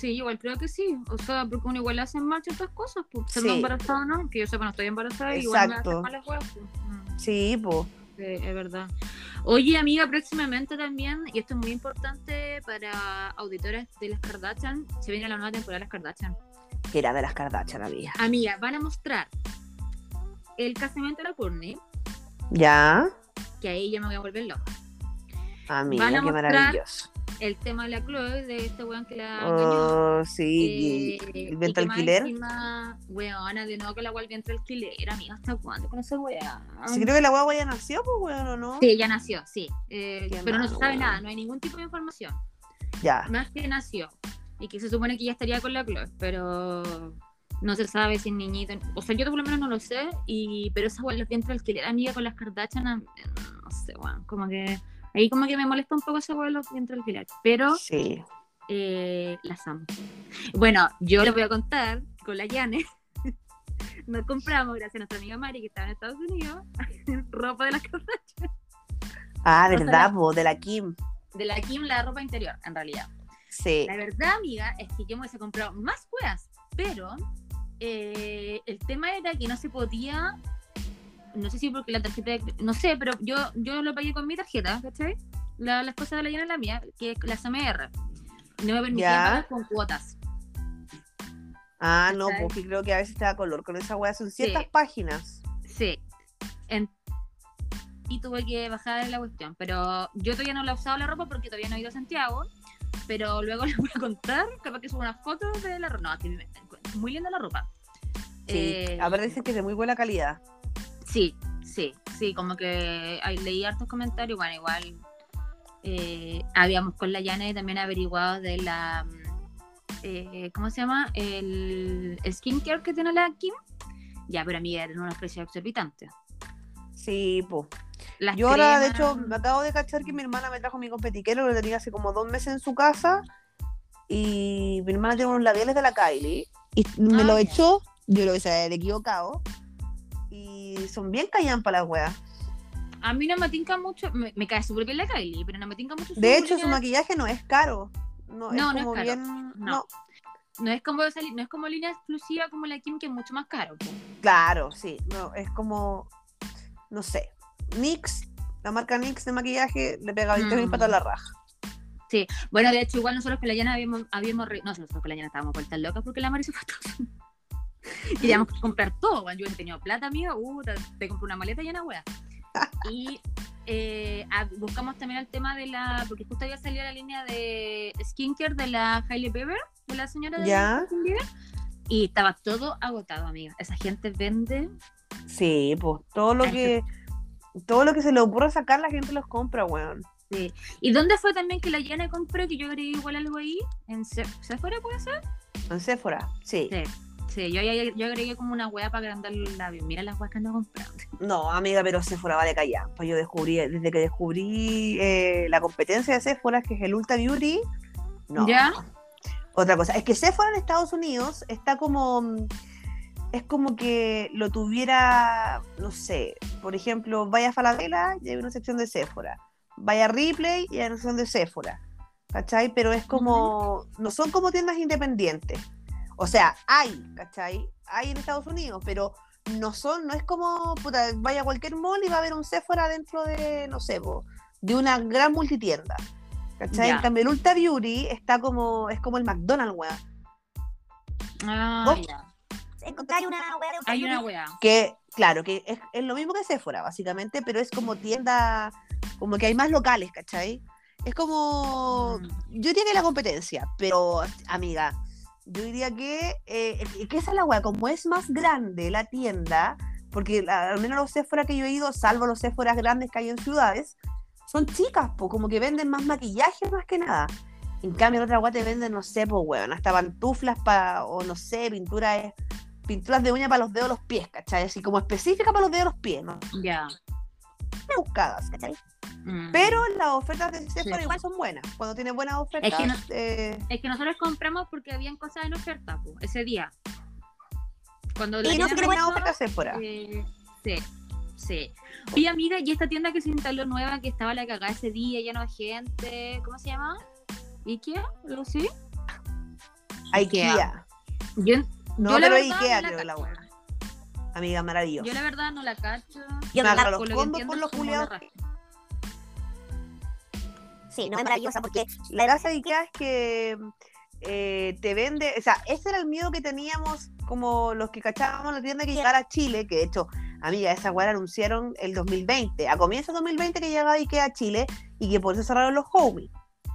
Speaker 2: Sí, igual creo que sí. O sea, porque uno igual le hacen mal ciertas cosas. Pues, ser
Speaker 1: Sí.
Speaker 2: no embarazado, ¿no? Que yo sepa, no estoy embarazada y igual me
Speaker 1: Exacto.
Speaker 2: hacen mal las huevas. pues. Mm,
Speaker 1: Sí, pues.
Speaker 2: sí, es verdad. Oye, amiga, próximamente también, y esto es muy importante para auditoras de las Kardashian, se viene la nueva temporada de las Kardashian.
Speaker 1: Que era de las Kardashian, amiga.
Speaker 2: Amiga, van a mostrar el casamiento de la Courtney,
Speaker 1: Ya,
Speaker 2: que ahí yo me voy a volver loca.
Speaker 1: amiga,
Speaker 2: Van a
Speaker 1: qué
Speaker 2: mostrar-
Speaker 1: maravilloso.
Speaker 2: El tema de la Chloe, de este weón que la engañó.
Speaker 1: Oh, sí,
Speaker 2: Eh,
Speaker 1: y- y
Speaker 2: y
Speaker 1: el viento
Speaker 2: que más
Speaker 1: alquiler.
Speaker 2: encima, Weona, de nuevo que la el viento alquiler, amiga, ¿hasta cuándo con esa weá?
Speaker 1: Sí, creo que la guagua ya nació, pues, bueno, ¿no?
Speaker 2: Sí, ya nació, sí. Eh,
Speaker 1: Qué
Speaker 2: pero no se
Speaker 1: mal,
Speaker 2: sabe
Speaker 1: weón.
Speaker 2: nada, no hay ningún tipo de información.
Speaker 1: Ya,
Speaker 2: Más que nació. Y que se supone que ya estaría con la Chloe, pero no se sabe si es niñito. O sea, yo por lo menos no lo sé, y pero esa weá, los vientres alquiler, amiga, con las Kardashian, am- no sé, weón, como que... Ahí como que me molesta un poco esa weá, de los vientres alquiler. Pero
Speaker 1: sí.
Speaker 2: eh, las amo. Bueno, yo les voy a contar con la Yane. Nos compramos, gracias a nuestra amiga Mari, que estaba en Estados Unidos, ropa de la,
Speaker 1: Ah,
Speaker 2: sea,
Speaker 1: verdad,
Speaker 2: la-
Speaker 1: po, de la Kim.
Speaker 2: de la Kim, la ropa interior, en realidad.
Speaker 1: Sí,
Speaker 2: La verdad, amiga, es que yo me hubiese comprado más cuevas, pero eh, el tema era que no se podía. No sé si porque la tarjeta de, No sé, pero yo, yo lo pagué con mi tarjeta, ¿cachai? La- las cosas de la Yane es la mía, que es la CMR. No me permitía
Speaker 1: Ya.
Speaker 2: pagar con cuotas.
Speaker 1: ah, no,
Speaker 2: ¿cachai?
Speaker 1: porque creo que a veces te da color con esa wea, son ciertas
Speaker 2: Sí.
Speaker 1: páginas.
Speaker 2: Sí. En- Y tuve que bajar la cuestión. Pero yo todavía no la he usado la ropa porque todavía no he ido a Santiago. Pero luego les voy a contar, capaz que subo una foto de la ropa. No, es que me- muy linda la ropa.
Speaker 1: Sí,
Speaker 2: Eh,
Speaker 1: aparte dicen que es de muy buena calidad.
Speaker 2: Sí, sí, sí, como que ay, leí hartos comentarios, bueno, igual eh, habíamos con la Yane también averiguado de la, mm, eh, ¿cómo se llama? El skincare que tiene la Kim. Ya, pero amiga, eran unos precios exorbitantes.
Speaker 1: Sí, po.
Speaker 2: Las
Speaker 1: Yo ahora, de
Speaker 2: cremas.
Speaker 1: hecho, me acabo de cachar que mi hermana me trajo mi competiquero, que lo tenía hace como dos meses en su casa. Y mi hermana tiene unos labiales de la Kylie. Y me
Speaker 2: Ah,
Speaker 1: lo
Speaker 2: ya.
Speaker 1: echó, yo lo hice haber equivocado. Y son bien callan para las weas.
Speaker 2: A mí no me tinca mucho, me, me cae súper bien la Kylie, pero no me tinca mucho. su
Speaker 1: De hecho, su
Speaker 2: publicidad.
Speaker 1: maquillaje no es caro. No,
Speaker 2: No,
Speaker 1: es
Speaker 2: no es
Speaker 1: como
Speaker 2: caro.
Speaker 1: bien.
Speaker 2: No. no es como salir- no es como línea exclusiva como la Kim que es mucho más caro. po.
Speaker 1: Claro, sí. No, es como, no sé, NYX, la marca NYX de maquillaje le pega 20 mil
Speaker 2: Mm.
Speaker 1: para toda la raja.
Speaker 2: Bueno, de hecho, igual nosotros con la Yana habíamos, habíamos re- no, nosotros con la Yana estábamos vueltas locas porque la Mari se fue a Estados Unidos. Queríamos comprar todo, bueno, yo he tenido plata, amiga, uh, te, te compré una maleta llena, wea. Y eh, ah, buscamos también el tema de la, porque justo había salido la línea de skincare de la Hailey Bieber, de la señora de
Speaker 1: ¿Ya?
Speaker 2: Justin Bieber, y estaba todo agotado, amiga. Esa gente vende,
Speaker 1: Sí, pues todo lo
Speaker 2: Ay,
Speaker 1: que todo lo que se le ocurra sacar la gente los compra, weón.
Speaker 2: ¿Y dónde fue también que la Yana compró? Que yo agregué igual algo ahí. ¿En Se- Sephora puede ser?
Speaker 1: En Sephora, sí.
Speaker 2: Sí. Sí, yo, ahí- yo agregué como una hueá para agrandar los labios. Mira las hueas que ando comprando.
Speaker 1: No, amiga, pero Sephora va de callar. Pues yo descubrí, desde que descubrí eh, la competencia de Sephora, que es el Ulta Beauty, no.
Speaker 2: ¿Ya?
Speaker 1: Otra cosa, es que Sephora en Estados Unidos está como. mm, Es como que lo tuviera, no sé, por ejemplo, vaya a Falabella y hay una sección de Sephora. Vaya a Ripley y hay una sección de Sephora. ¿Cachai? Pero es como. No son como tiendas independientes. O sea, hay, ¿cachai? Hay en Estados Unidos, pero no son, no es como, puta, vaya a cualquier mall y va a haber un Sephora dentro de, no sé, po, de una gran multitienda. ¿Cachai?
Speaker 2: Ya.
Speaker 1: En cambio, el Ulta Beauty está como, es como el McDonald's, weón.
Speaker 2: Ah,
Speaker 1: Oh.
Speaker 2: ya.
Speaker 3: Encontrar una weá de
Speaker 2: Hay una hueá.
Speaker 1: Que, claro, que es, es lo mismo que Sephora, básicamente, pero es como tienda, como que hay más locales, ¿cachai? Es como, yo diría que la competencia, pero, amiga, yo diría que, eh, eh, que esa es la weá, como es más grande la tienda, porque la- al menos los Sephora que yo he ido, salvo los Sephora grandes que hay en ciudades, son chicas, pues como que venden más maquillaje más que nada. En cambio, en otra weá te venden, no sé, pues weón, hasta pantuflas para, o no sé, pintura es- pinturas de uña para los dedos de los pies, ¿cachai? Así como específica para los dedos de los pies, no
Speaker 2: Ya.
Speaker 1: buscadas, ¿cachai?
Speaker 2: Mm.
Speaker 1: Pero las ofertas de Sephora
Speaker 2: Sí.
Speaker 1: igual son buenas. Cuando tienen buenas ofertas,
Speaker 2: no-
Speaker 1: eh,
Speaker 2: Es que nosotros compramos porque habían cosas en oferta, po, ese día. Cuando la
Speaker 1: y no
Speaker 2: Yana
Speaker 1: se tiene buenas
Speaker 2: compró,
Speaker 1: ofertas Sephora.
Speaker 2: Eh, sí, sí. Oye, amiga, y esta tienda que se instaló nueva, que estaba la cagada ese día, ya no hay gente. ¿Cómo se llama? ¿Ikea? ¿Algo así?
Speaker 1: IKEA.
Speaker 2: Yo,
Speaker 1: No,
Speaker 2: yo la
Speaker 1: pero
Speaker 2: verdad
Speaker 1: IKEA
Speaker 2: no
Speaker 1: creo que la
Speaker 2: cacho.
Speaker 1: buena. Amiga, maravillosa.
Speaker 2: Yo la verdad no la cacho.
Speaker 1: Me
Speaker 3: Yo me
Speaker 1: agarro
Speaker 3: agarro-
Speaker 1: los
Speaker 2: lo que
Speaker 1: combos
Speaker 2: entiendo
Speaker 1: por
Speaker 2: es
Speaker 1: los
Speaker 2: como la
Speaker 1: culiados.
Speaker 2: raja.
Speaker 3: Sí, no es maravillosa porque
Speaker 1: La gracia de IKEA es que eh, te vende, o sea, ese era el miedo que teníamos como los que cachábamos la tienda que llegara a Chile, que de hecho, amiga, esa weá la anunciaron el 2020, a comienzos de 2020 que llegaba IKEA a Chile y que por eso cerraron los homies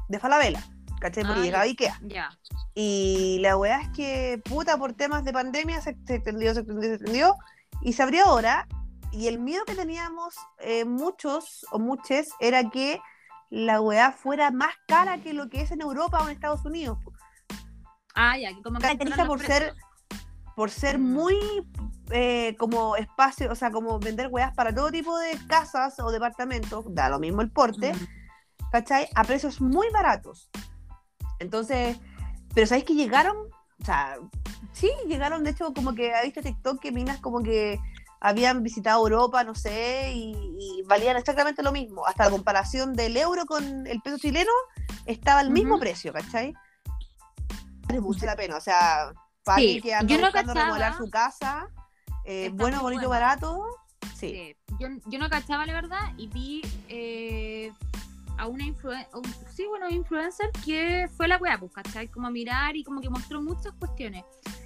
Speaker 1: de Falabella, ¿cachai? Porque
Speaker 2: Ah,
Speaker 1: llegaba
Speaker 2: ya.
Speaker 1: IKEA.
Speaker 2: Ya.
Speaker 1: Y la weá es que, puta, por temas de pandemia se se extendió, se extendió, se extendió y se abrió ahora. Y el miedo que teníamos eh, muchos o muchas era que la weá fuera más cara que lo que es en Europa o en Estados Unidos.
Speaker 2: Ah, ya, que como que
Speaker 1: Caracteriza
Speaker 2: controlan los
Speaker 1: por ser,
Speaker 2: precios.
Speaker 1: por ser
Speaker 2: Mm.
Speaker 1: muy eh, como espacio, o sea, como vender weas para todo tipo de casas o departamentos, da lo mismo el porte.
Speaker 2: Mm.
Speaker 1: ¿cachai? A precios muy baratos. Entonces, pero ¿sabéis que llegaron? O sea, sí, llegaron, de hecho, como que ha visto TikTok que minas como que habían visitado Europa, no sé, y, y valían exactamente lo mismo. Hasta la comparación del euro con el peso chileno estaba al mismo
Speaker 2: Ujú.
Speaker 1: precio, ¿cachai? Vale mucho la pena, o sea, para
Speaker 2: Sí,
Speaker 1: alguien que anda
Speaker 2: yo no
Speaker 1: buscando
Speaker 2: cachaba.
Speaker 1: remodelar su casa, eh,
Speaker 2: Está
Speaker 1: bueno,
Speaker 2: muy
Speaker 1: bonito,
Speaker 2: bueno.
Speaker 1: barato, sí.
Speaker 2: Sí. Eh, Yo, yo no cachaba la verdad y vi eh, a una influen- a un- sí, bueno, influencer que fue la wea, pues, ¿cachai? Como a mirar y como que mostró muchas cuestiones.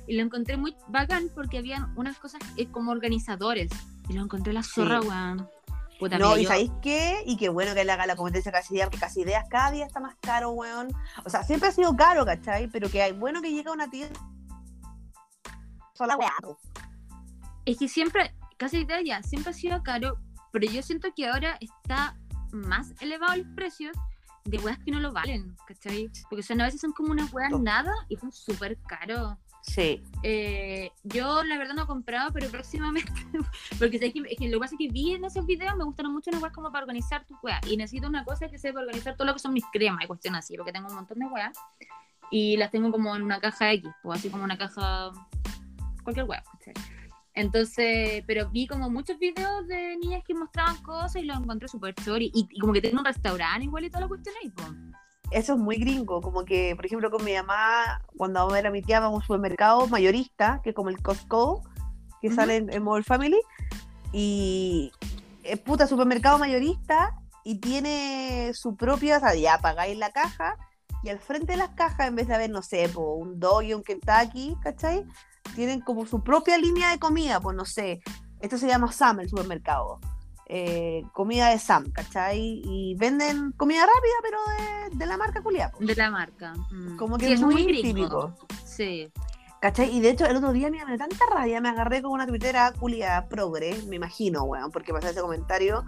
Speaker 2: Y lo encontré muy bacán porque habían unas cosas eh, como organizadores. Y lo encontré la zorra,
Speaker 1: Sí.
Speaker 2: weón. Puta,
Speaker 1: No,
Speaker 2: mira,
Speaker 1: y
Speaker 2: yo-
Speaker 1: ¿sabéis qué? Y qué bueno que le haga la competencia casi día, porque casi ideas cada día está más caro, weón. O sea, siempre ha sido caro, ¿cachai? Pero que hay bueno que llega una tienda. Sola weá. po.
Speaker 2: Es que siempre, casi de ya, siempre ha sido caro, pero yo siento que ahora está más elevado el precio de weas que no lo valen, ¿cachai? Porque son, a veces son como unas weas
Speaker 1: Exacto.
Speaker 2: nada y son súper caros.
Speaker 1: Sí.
Speaker 2: Eh, yo la verdad no he comprado, pero próximamente, porque sé que, es que lo que pasa es que vi en esos videos, me gustaron mucho las weas como para organizar tus weas, y necesito una cosa que sepa organizar todo lo que son mis cremas y cuestiones así, porque tengo un montón de weas, y las tengo como en una caja X, o así como una caja, cualquier wea. ¿cachai? Entonces, pero vi como muchos videos de niñas que mostraban cosas y lo encontré súper chori, y, y como que tengo un restaurante igual y toda la cuestión ahí, po.
Speaker 1: Eso es muy gringo, como que, por ejemplo, con mi mamá, cuando vamos a ver a mi tía, vamos a un supermercado mayorista, que es como el Costco, que
Speaker 2: Ujú.
Speaker 1: sale en, en Model Family, y es puta supermercado mayorista, y tiene su propia, o sea, ya pagáis la caja, y al frente de las cajas, en vez de haber, no sé, po, un Doggy, un Kentucky, ¿cachai? Tienen como su propia línea de comida, pues no sé, esto se llama Sam, el supermercado. eh, comida de Sam, ¿cachai? Y venden comida rápida, pero de, de la marca pues. culiá, po.
Speaker 2: de la marca. Mm.
Speaker 1: Como que
Speaker 2: Sí,
Speaker 1: es
Speaker 2: eso
Speaker 1: muy,
Speaker 2: gringo.
Speaker 1: típico.
Speaker 2: Sí.
Speaker 1: ¿Cachai? Y de hecho, el otro día mira, me dio tanta rabia, me agarré con una tuitera culia progre, me imagino, weón, porque pasé ese comentario.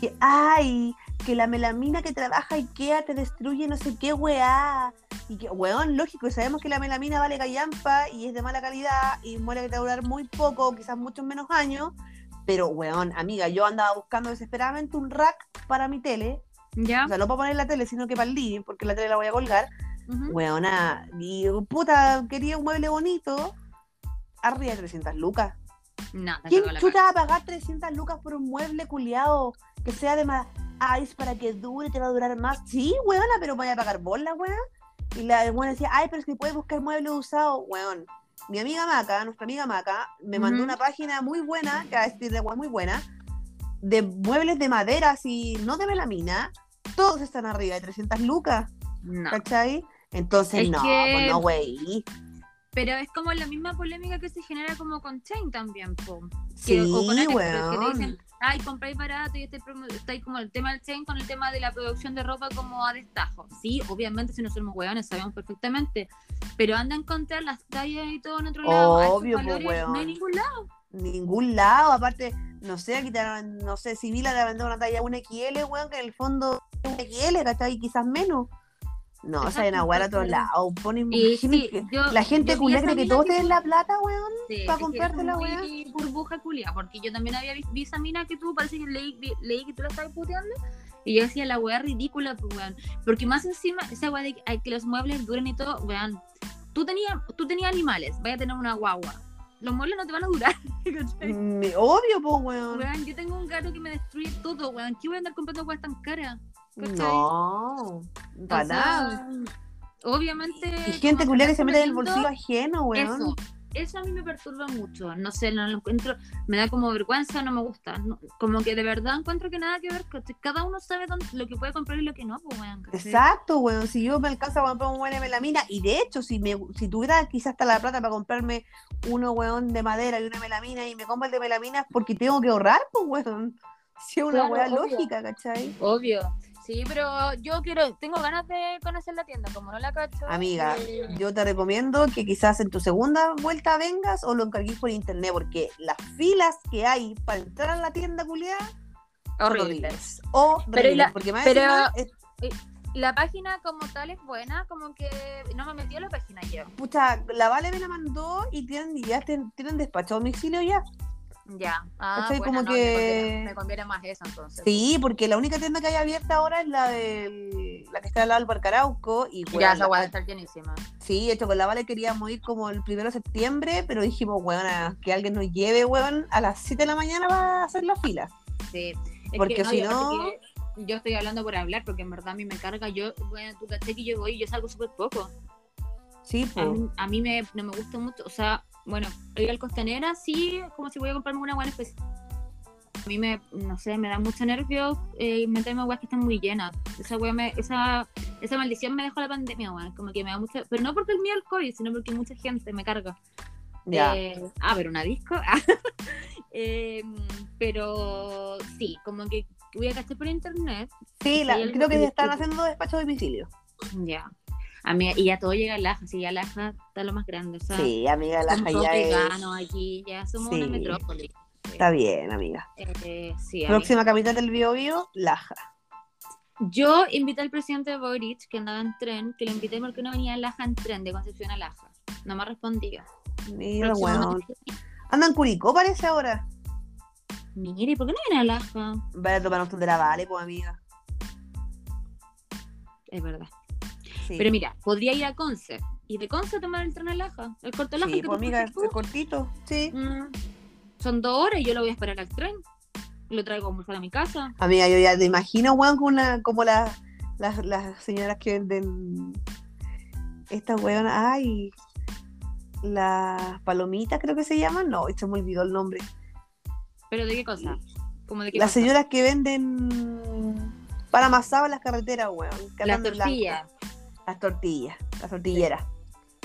Speaker 1: Que, ay, que la melamina que trabaja IKEA te destruye no sé qué weá. Y que, weón, lógico, y sabemos que la melamina vale callampa y es de mala calidad y muere que te va a durar muy poco, quizás muchos menos años. Pero, weón, amiga, yo andaba buscando desesperadamente un rack para mi tele.
Speaker 2: ¿Ya?
Speaker 1: O sea, no para poner en la tele, sino que para el living, porque la tele la voy a colgar.
Speaker 2: Ujú.
Speaker 1: Weona, digo, puta, quería un mueble bonito. Arriba de 300 lucas.
Speaker 2: No, te
Speaker 1: ¿Quién
Speaker 2: cagó la
Speaker 1: chuta va a pagar 300 lucas por un mueble culiado que sea de más ice para que dure, te va a durar más? Sí, weona, pero voy a pagar bola, weón. Y la weona decía, ay, pero es que puedes buscar muebles usados, weón. Mi amiga Maca, nuestra amiga Maca, me mandó
Speaker 2: Ujú.
Speaker 1: una página muy buena, que va a decir de weón muy buena, de muebles de madera, así, no de melamina. Todos están arriba de 300 lucas.
Speaker 2: No.
Speaker 1: ¿cachai? Entonces,
Speaker 2: Ah. Es
Speaker 1: no,
Speaker 2: que-
Speaker 1: pues no, güey.
Speaker 2: Pero es como la misma polémica que se genera como con Chain también, po.
Speaker 1: Sí,
Speaker 2: Que- o con Atex, pero que te dicen,
Speaker 1: weón.
Speaker 2: ay, compráis barato y este promo- está ahí como el tema del Chain con el tema de la producción de ropa como a destajo. Sí, obviamente si no somos hueones sabemos perfectamente, pero anda a encontrar las tallas y todo en otro lado. a esos
Speaker 1: Obvio, po,
Speaker 2: valores
Speaker 1: weón.
Speaker 2: No hay ningún lado.
Speaker 1: Ningún lado, aparte, no sé, aquí te van- no sé, si Vila te vendido una talla 1XL, weón, que en el fondo es un XL, ¿cachai? Quizás menos. No, o sea, en
Speaker 2: Exacto,
Speaker 1: Aguara a otro
Speaker 2: pero-
Speaker 1: lado. Ponen,
Speaker 2: Y
Speaker 1: imagínate
Speaker 2: sí,
Speaker 1: que-
Speaker 2: yo-
Speaker 1: la gente
Speaker 2: yo vi
Speaker 1: culia
Speaker 2: esa
Speaker 1: cree que
Speaker 2: mina
Speaker 1: todos
Speaker 2: que
Speaker 1: tienen la plata, weón.
Speaker 2: Sí,
Speaker 1: pa'
Speaker 2: es que
Speaker 1: comprarte
Speaker 2: es
Speaker 1: la
Speaker 2: muy
Speaker 1: weá.
Speaker 2: burbuja culia, porque yo también había visto vi esa mina que tú, parece que leí, vi- leí que tú la estabas puteando, y yo decía, la weá ridícula, pues, weón. Porque más encima, esa weá de que, ay, que los muebles duren y todo, weón. Tú tenías tú tenías animales, vaya a tener una guagua. Los muebles no te van a durar, ¿cachai?
Speaker 1: Mm, Obvio, pues, weón.
Speaker 2: Weón, yo tengo un gato que me destruye todo, weón. ¿Qué voy a andar comprando weas tan caras? ¿cachai?
Speaker 1: No, para
Speaker 2: O sea,
Speaker 1: nada.
Speaker 2: Obviamente.
Speaker 1: Y gente
Speaker 2: como
Speaker 1: culia que
Speaker 2: sacarse
Speaker 1: se
Speaker 2: un
Speaker 1: mete en el
Speaker 2: lindo-
Speaker 1: bolsillo ajeno, weón.
Speaker 2: eso, eso a mí me perturba mucho. No sé, no lo encuentro. Me da como vergüenza, no me gusta. no- como que de verdad encuentro que nada que ver. ¿cachai? Cada uno sabe dónde- lo que puede comprar y lo que no, pues, weón. ¿cachai?
Speaker 1: Exacto, weón. Si yo me alcanza a comprar un buen melamina, y de hecho, si me si tuviera quizás hasta la plata para comprarme uno, weón, de madera y una melamina, y me compro el de melamina, es porque tengo que ahorrar, pues, weón. Si es una
Speaker 2: Claro,
Speaker 1: weá
Speaker 2: obvio.
Speaker 1: lógica, ¿cachai?
Speaker 2: Obvio. Sí, pero yo quiero, tengo ganas de conocer la tienda, como no la cacho.
Speaker 1: Amiga,
Speaker 2: eh,
Speaker 1: yo te recomiendo que quizás en tu segunda vuelta vengas o lo encargues por internet, porque las filas que hay para entrar a la tienda culiada son
Speaker 2: horrible.
Speaker 1: horribles. Horribles,
Speaker 2: Pero y la-
Speaker 1: porque más
Speaker 2: pero-
Speaker 1: encima, eh,
Speaker 2: La página como tal es buena, como que no me metí a la página yo.
Speaker 1: pucha, la Vale me la mandó y tienen, ya ten- tienen despacho a domicilio ya.
Speaker 2: Ya. Ah,
Speaker 1: Estoy
Speaker 2: bueno,
Speaker 1: como
Speaker 2: no,
Speaker 1: que-
Speaker 2: me, conviene, me conviene más eso entonces.
Speaker 1: Sí, porque la única tienda que hay abierta ahora es la del, la que está al lado del Barcarauco y weón,
Speaker 2: ya, esa
Speaker 1: la-
Speaker 2: weá está llenísima.
Speaker 1: Sí, de hecho con la Vale queríamos ir como el primero de septiembre, pero dijimos, weón, que alguien nos lleve, weón, a las 7 de la mañana va a hacer la fila.
Speaker 2: Sí. Es
Speaker 1: Porque
Speaker 2: que,
Speaker 1: si
Speaker 2: y aparte
Speaker 1: no-
Speaker 2: que Yo estoy hablando por hablar, porque en verdad a mí me carga. Yo, bueno, tú caché que yo voy y yo salgo súper poco.
Speaker 1: Sí,
Speaker 2: A
Speaker 1: pues.
Speaker 2: mí, a mí me, no me gusta mucho. O sea, bueno, ir al Costanera sí, como si voy a comprarme una buena especial. A mí me, no sé, me da mucho nervio eh, meterme a weas que están muy llenas. Esa wea me, esa, esa maldición me dejó la pandemia, wea. Como que me da mucho. Pero no porque el miedo al COVID, sino porque mucha gente me carga.
Speaker 1: Ya.
Speaker 2: Eh, ah, pero una disco. Eh, pero sí, como que voy a cachar por internet.
Speaker 1: sí, la-
Speaker 2: sí, algo
Speaker 1: creo que
Speaker 2: que-
Speaker 1: se están haciendo despacho a domicilio.
Speaker 2: Ya. A mí, y ya todo llega a Laja, sí, ya Laja está lo más grande. O sea,
Speaker 1: Sí, amiga, la
Speaker 2: somos todos
Speaker 1: Jaya es-
Speaker 2: veganos aquí, ya somos
Speaker 1: Sí.
Speaker 2: una metrópoli.
Speaker 1: Está bien, amiga.
Speaker 2: Eh, sí, amigo.
Speaker 1: Próxima capital del Bio Bio, Laja.
Speaker 2: Yo invité al presidente Boric, que andaba en tren, que lo invité porque no venía a Laja en tren, de Concepción a Laja. No me respondió.
Speaker 1: Mira,
Speaker 2: Próximo
Speaker 1: weón. Andan en Curicó, parece ahora.
Speaker 2: Mire, ¿por qué no viene a Laja?
Speaker 1: Vaya a tomarnos tú de la Vale, pues, amiga.
Speaker 2: Es verdad.
Speaker 1: Sí.
Speaker 2: Pero mira, podría ir a Conce. Y de Conce tomar el tren a Laja. El corto Laja.
Speaker 1: Sí,
Speaker 2: que
Speaker 1: pues,
Speaker 2: te
Speaker 1: amiga,
Speaker 2: fuiste tú.
Speaker 1: es cortito. Sí.
Speaker 2: Mm. Son dos horas y yo lo voy a esperar al tren. Lo traigo mejor a mi casa.
Speaker 1: Amiga, yo ya te imagino, weón, con una, como las las las señoras que venden esta weón, ay, las palomitas creo que se llaman, no, se me olvidó el nombre.
Speaker 2: ¿Pero de qué cosa? Como de qué
Speaker 1: Las
Speaker 2: cosa?
Speaker 1: señoras que venden pan amasado en las carreteras, weón. que
Speaker 2: Las
Speaker 1: andan de blanco.
Speaker 2: tortillas.
Speaker 1: Las tortillas, las tortilleras.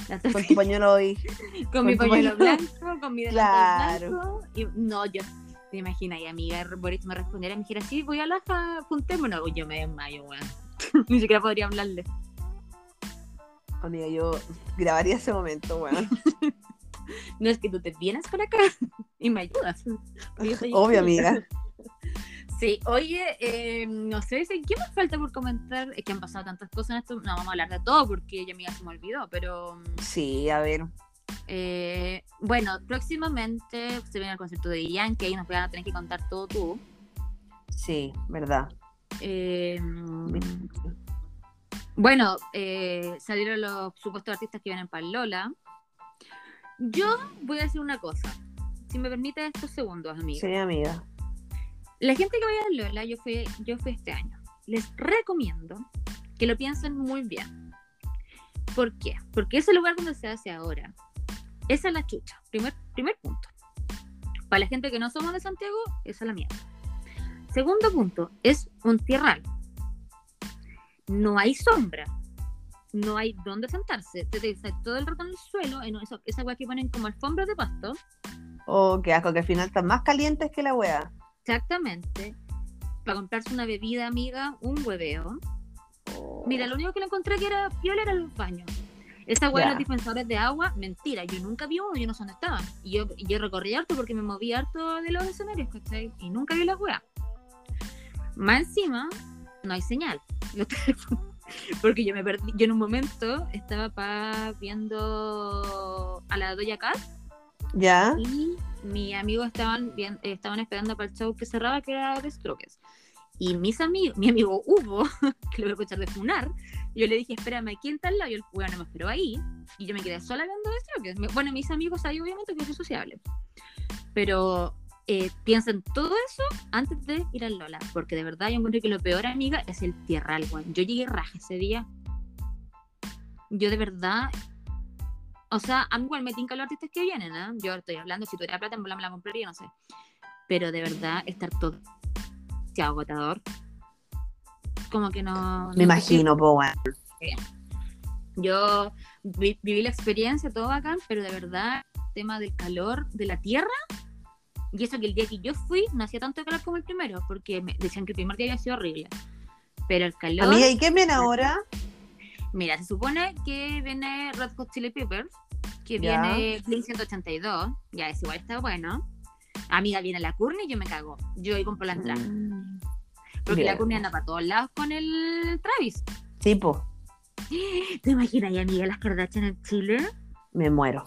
Speaker 2: Las
Speaker 1: Con
Speaker 2: tortillas.
Speaker 1: tu pañuelo y
Speaker 2: Con mi
Speaker 1: Con tu pañuelo.
Speaker 2: pañuelo blanco, con mi delantal
Speaker 1: Claro.
Speaker 2: blanco. Y, no, yo, te imaginas, y amiga Boris me respondiera, me dijera, sí, voy a Laja, juntémonos. Uy, Yo me desmayo, weón. Ni siquiera podría hablarle.
Speaker 1: Amiga, yo grabaría ese momento, weón.
Speaker 2: No es que tú te vienes para acá y me ayudas. Yo estoy
Speaker 1: Obvio,
Speaker 2: aquí.
Speaker 1: amiga.
Speaker 2: Sí, oye, eh, no sé, ¿sí? ¿qué más falta por comentar? Es que han pasado tantas cosas en esto. No, vamos a hablar de todo porque ya, amiga, se me olvidó, pero.
Speaker 1: Sí, a ver.
Speaker 2: eh, bueno, próximamente se viene el concierto de Ian, que ahí nos van a tener que contar todo tú.
Speaker 1: Sí, verdad.
Speaker 2: Eh, bueno, eh, salieron los supuestos artistas que vienen para Lola. Yo voy a decir una cosa, si me permite estos segundos, amiga.
Speaker 1: Sí, amiga.
Speaker 2: La gente que vaya a Lola, yo fui, yo fui este año. Les recomiendo que lo piensen muy bien. ¿Por qué? Porque ese lugar donde se hace ahora, esa es la chucha. Primer, primer punto. Para la gente que no somos de Santiago, esa es la mierda. Segundo punto, es un tierral. No hay sombra. No hay dónde sentarse. Te te- está todo el rato en el suelo, en eso- esa weá que ponen como alfombras de pasto.
Speaker 1: Oh, qué asco, que al final están más calientes que la wea.
Speaker 2: Exactamente. Para comprarse una bebida, amiga, un hueveo. Mira, lo único que le encontré que era piola era los baños. Esa hueá de
Speaker 1: Ya.
Speaker 2: los dispensadores de agua, mentira, yo nunca vi uno, yo no sé dónde estaban. Y yo, y yo recorrí harto porque me moví harto de los escenarios, ¿cachai? Y nunca vi las hueá. Más encima, no hay señal. Los teléfonos. Porque yo me perdí, yo en un momento estaba pa viendo a la Doya Cat
Speaker 1: ¿Ya?
Speaker 2: y mis amigos estaban bien, eh, estaban esperando para el show que cerraba, que era de Strokes. Y mis amigos, mi amigo Hugo, que lo voy a escuchar de funar, yo le dije, espérame aquí en tal lado, y el bueno, me esperó ahí, y yo me quedé sola hablando de Strokes. Me- bueno, mis amigos ahí obviamente que soy sociable, pero eh, piensen todo eso antes de ir al Lola, porque de verdad yo encuentro que lo peor, amiga, es el tierral, weón. Yo llegué raja ese día. Yo de verdad o sea, a mí igual me tincan los artistas que vienen, ¿ah? Yo estoy hablando, si tuviera plata, en bola me la compraría, no sé. Pero de verdad, estar todo demasiado agotador. Como que no.
Speaker 1: Me
Speaker 2: no-
Speaker 1: imagino, po, weón.
Speaker 2: Yo vi- viví la experiencia, todo bacán, pero de verdad, el tema del calor de la tierra. Y eso que el día que yo fui, no hacía tanto calor como el primero, porque me decían que el primer día había sido horrible. Pero el calor.
Speaker 1: Amiga, ¿y qué viene ahora?
Speaker 2: Mira, se supone que viene Red Hot Chili Peppers, que
Speaker 1: Ya.
Speaker 2: viene Blink 182, ya es igual, está bueno. Amiga, viene la Courtney y yo me cago. Yo ahí compro la entrada.
Speaker 1: Mm.
Speaker 2: Porque
Speaker 1: Bien.
Speaker 2: la Courtney anda para todos lados con el Travis.
Speaker 1: Sí, po.
Speaker 2: ¿Te imaginas, y amiga, las Kardashian en Chile?
Speaker 1: Me muero.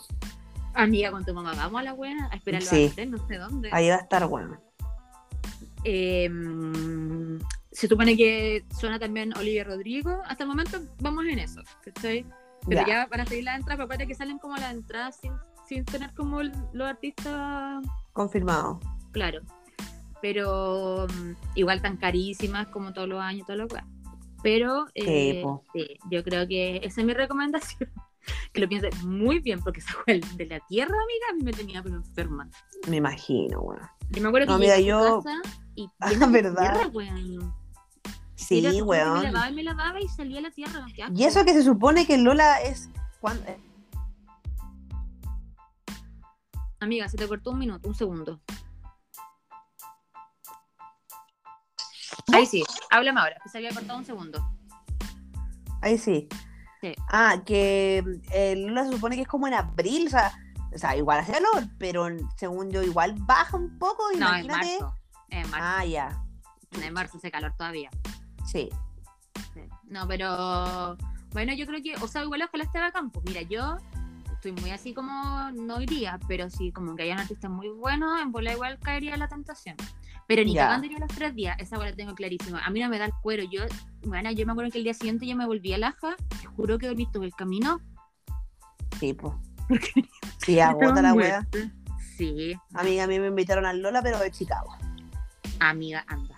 Speaker 2: Amiga, con tu mamá, vamos a la buena, a esperarlo
Speaker 1: Sí.
Speaker 2: antes, no sé dónde.
Speaker 1: Ahí va a estar, weón.
Speaker 2: Eh, se supone que suena también Olivia Rodrigo. Hasta el momento vamos en eso, ¿cachai? Pero
Speaker 1: Ya.
Speaker 2: ya. van a seguir las entradas, pero aparte que salen como las entradas sin, sin tener como el- los artistas,
Speaker 1: Confirmado.
Speaker 2: claro. Pero mm, igual tan carísimas como todos los años, todos los weas. Pero eh,
Speaker 1: po.
Speaker 2: sí, yo creo que esa es mi recomendación. que lo pienses muy bien, porque esa wea de la tierra, amiga, a mí me tenía pero enferma.
Speaker 1: Me imagino, weón.
Speaker 2: Yo me acuerdo que
Speaker 1: No, amiga,
Speaker 2: llegué a
Speaker 1: yo-
Speaker 2: tu casa y
Speaker 1: Ah,
Speaker 2: llena de
Speaker 1: ¿verdad?
Speaker 2: tierra, weón.
Speaker 1: Sí,
Speaker 2: Era así como que Me
Speaker 1: weón.
Speaker 2: lavaba y me lavaba y salía a la tierra. qué asco.
Speaker 1: Y eso que se supone que Lola es. cuan- eh,
Speaker 2: Amiga, se te cortó un minuto, un segundo. Ahí sí, háblame ahora, que se había cortado un segundo.
Speaker 1: Ahí sí.
Speaker 2: Sí.
Speaker 1: Ah, que eh, Lola se supone que es como en abril, o sea. O sea, igual hace calor, pero según yo, igual baja un poco.
Speaker 2: No, en
Speaker 1: Imagínate.
Speaker 2: marzo. En marzo,
Speaker 1: ah, ya.
Speaker 2: en marzo hace calor todavía.
Speaker 1: Sí.
Speaker 2: Sí. No, pero bueno, yo creo que, o sea, igual ojalá esté bacán. Pues mira, yo estoy muy así como no iría, pero sí, como que hay un artista muy bueno, en bola igual caería la tentación. Pero ni
Speaker 1: Ya.
Speaker 2: cagando iría los tres días, esa bola tengo clarísima. A mí no me da el cuero. Yo, bueno, yo me acuerdo que el día siguiente yo me volví a Laja, te juro que dormí todo el camino.
Speaker 1: Sí, pues.
Speaker 2: Porque
Speaker 1: Sí, agota la wea.
Speaker 2: wea. Sí,
Speaker 1: Amiga, a mí me invitaron al Lola, pero de Chicago.
Speaker 2: amiga, anda.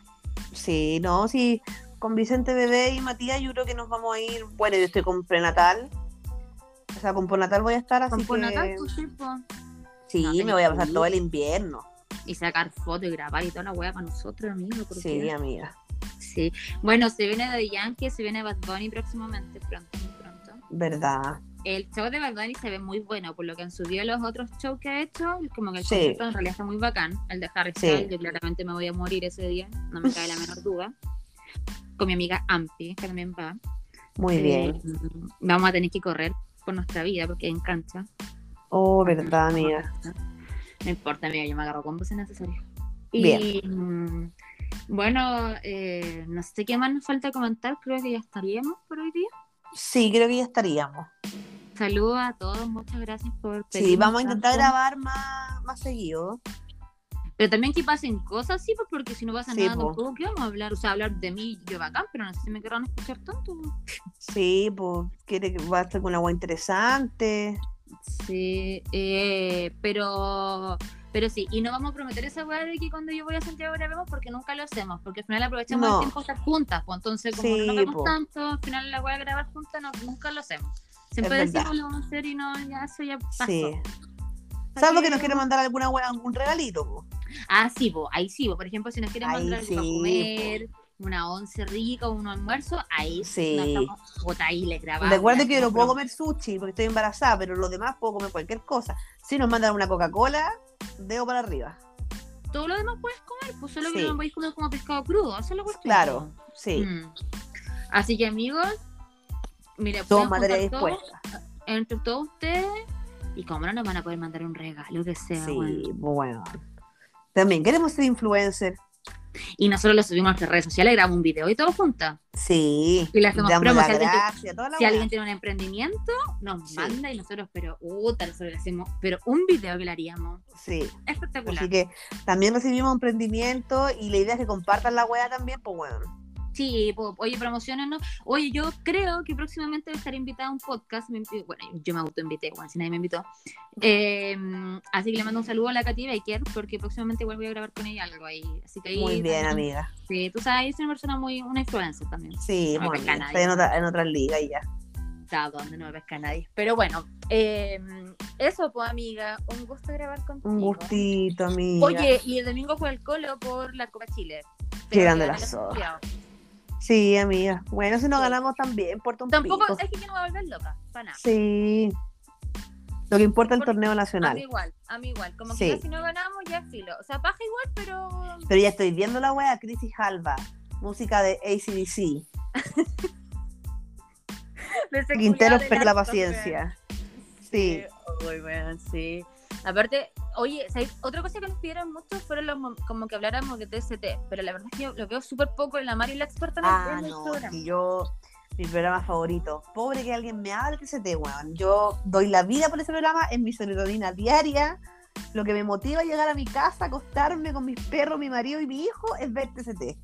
Speaker 1: Sí, no, sí. Con Vicente Bebé y Matías yo creo que nos vamos a ir. Bueno, yo estoy con prenatal. O sea, con prenatal voy a estar así
Speaker 2: Con
Speaker 1: que...
Speaker 2: Ponatal, tu tipo.
Speaker 1: Sí,
Speaker 2: No,
Speaker 1: me
Speaker 2: tenés
Speaker 1: voy a
Speaker 2: que
Speaker 1: pasar
Speaker 2: ir.
Speaker 1: todo el invierno.
Speaker 2: Y sacar fotos y grabar y toda la wea para nosotros, amigo. ¿por
Speaker 1: Sí,
Speaker 2: qué?
Speaker 1: amiga.
Speaker 2: Sí. Bueno, se viene de Yankee, se viene Bad Bunny próximamente, pronto, muy pronto.
Speaker 1: Verdad.
Speaker 2: El show de Bad Bunny se ve muy bueno, por lo que han subido los otros shows que ha hecho, como que el
Speaker 1: Sí.
Speaker 2: concierto en realidad está muy bacán. El de Harry
Speaker 1: Sí.
Speaker 2: Styles, yo claramente me voy a morir ese día, no me cabe la menor duda. Con mi amiga Ampi, que también va.
Speaker 1: Muy
Speaker 2: Eh,
Speaker 1: bien.
Speaker 2: Vamos a tener que correr por nuestra vida, porque en cancha.
Speaker 1: Oh, verdad, amiga.
Speaker 2: No importa, amiga, yo me agarro combos si es necesario.
Speaker 1: Bien.
Speaker 2: Y mm, bueno, eh, no sé qué más nos falta comentar, creo que ya estaríamos por hoy día.
Speaker 1: Sí, creo que ya estaríamos.
Speaker 2: Saludos a todos, muchas gracias por
Speaker 1: Sí,
Speaker 2: pedirnos
Speaker 1: vamos a intentar
Speaker 2: tanto.
Speaker 1: grabar más, más seguido.
Speaker 2: Pero también que pasen cosas, sí, pues porque si no pasa
Speaker 1: Sí,
Speaker 2: nada
Speaker 1: po.
Speaker 2: tampoco, ¿qué vamos a hablar? O sea, hablar de mí, yo bacán, pero no sé si me querrán escuchar tanto.
Speaker 1: Sí, pues quiere que va a estar con agua interesante.
Speaker 2: Sí, eh, pero pero sí, y no vamos a prometer esa weá de que cuando yo voy a Santiago grabemos porque nunca lo hacemos, porque al final aprovechamos
Speaker 1: No.
Speaker 2: el tiempo de estar juntas, pues entonces como
Speaker 1: Sí,
Speaker 2: no nos vemos
Speaker 1: po.
Speaker 2: tanto, al final la weá de grabar juntas no, nunca lo hacemos. Siempre
Speaker 1: Es verdad.
Speaker 2: decimos lo vamos a hacer y no, ya eso ya pasó.
Speaker 1: Sí.
Speaker 2: ¿Para
Speaker 1: Salvo
Speaker 2: qué
Speaker 1: que nos quiere
Speaker 2: vamos?
Speaker 1: mandar alguna wea- algún regalito, po.
Speaker 2: Ah, sí, po, ahí sí, po. por ejemplo, si nos quieren
Speaker 1: Ahí
Speaker 2: mandar algo para
Speaker 1: sí,
Speaker 2: comer, una once rica, un almuerzo, ahí
Speaker 1: Sí.
Speaker 2: nos estamos- puta, ahí le grabamos.
Speaker 1: Recuerde
Speaker 2: le
Speaker 1: que yo no
Speaker 2: hacemos
Speaker 1: puedo comer
Speaker 2: broma.
Speaker 1: sushi porque estoy embarazada, pero los demás puedo comer cualquier cosa. Si nos mandan una Coca-Cola, dedo para arriba.
Speaker 2: Todo lo demás puedes comer, pues solo
Speaker 1: Sí.
Speaker 2: que no podéis comer como pescado crudo, eso es lo cuestión.
Speaker 1: Claro, sí.
Speaker 2: Mm. Así que amigos, mira,
Speaker 1: Todo
Speaker 2: pueden
Speaker 1: materia
Speaker 2: juntar todo
Speaker 1: dispuesta.
Speaker 2: entre todos ustedes y como no nos van a poder mandar un regalo que sea bueno.
Speaker 1: Sí, bueno. También queremos ser influencer.
Speaker 2: Y nosotros lo subimos a nuestras redes sociales, grabamos un video y todo juntas.
Speaker 1: Sí.
Speaker 2: Y le hacemos
Speaker 1: Damos
Speaker 2: promo,
Speaker 1: la
Speaker 2: si alguien te-
Speaker 1: gracia, toda la
Speaker 2: Si
Speaker 1: wea.
Speaker 2: alguien tiene un emprendimiento, nos
Speaker 1: Sí.
Speaker 2: manda y nosotros, pero puta, nosotros le hacemos, pero un video que le haríamos.
Speaker 1: Sí.
Speaker 2: Espectacular.
Speaker 1: Así que también recibimos emprendimiento y la idea es que compartan la wea también, pues bueno.
Speaker 2: Sí, po, oye, promocionanos. Oye, yo creo que próximamente estaré invitada a un podcast. Me invi- bueno, yo me autoinvité, bueno, si nadie me invitó. Eh, así que le mando un saludo a la Katy Baker, porque próximamente igual voy a grabar con ella algo ahí. Así que ahí
Speaker 1: Muy bien,
Speaker 2: también-
Speaker 1: amiga.
Speaker 2: Sí, tú sabes, es una persona muy, una influencer también.
Speaker 1: Sí,
Speaker 2: No me
Speaker 1: muy
Speaker 2: pesca
Speaker 1: bien.
Speaker 2: nadie.
Speaker 1: Está en otra, en otra liga y ya.
Speaker 2: Está donde no me pesca nadie. Pero bueno, eh, eso, pues, amiga, un gusto grabar contigo.
Speaker 1: Un gustito, amiga.
Speaker 2: pues. Oye, y el domingo juega el Colo por la Copa Chile.
Speaker 1: Qué
Speaker 2: Pero
Speaker 1: grande la
Speaker 2: ya no lo he
Speaker 1: zorra.
Speaker 2: estudiado.
Speaker 1: Sí, amiga. Bueno, si nos
Speaker 2: Sí.
Speaker 1: ganamos también, importa un
Speaker 2: Tampoco,
Speaker 1: pico.
Speaker 2: es que yo no voy a volver loca, para nada.
Speaker 1: Sí. Lo que importa es el
Speaker 2: Porque
Speaker 1: torneo
Speaker 2: A mí
Speaker 1: nacional.
Speaker 2: igual, a mí igual. Como
Speaker 1: Sí.
Speaker 2: que ya si no ganamos, ya filo. O sea, paja igual, pero.
Speaker 1: Pero ya estoy viendo la wea Crisis Alba, música de ACDC. Quintero perdió la paciencia. Sí.
Speaker 2: Uy, weón, sí. Aparte, oye, ¿sabes? otra cosa que nos pidieron mucho fueron los, mom- como que habláramos de TST, pero la verdad es que yo lo veo súper poco en la Mari y la experta en el-
Speaker 1: Ah,
Speaker 2: en el
Speaker 1: no,
Speaker 2: programa.
Speaker 1: y yo, mi programa favorito. Pobre que alguien me hable que se te weón. Yo doy la vida por ese programa en mi serotonina diaria. Lo que me motiva a llegar a mi casa, acostarme con mis perros, mi marido y mi hijo es ver TCT.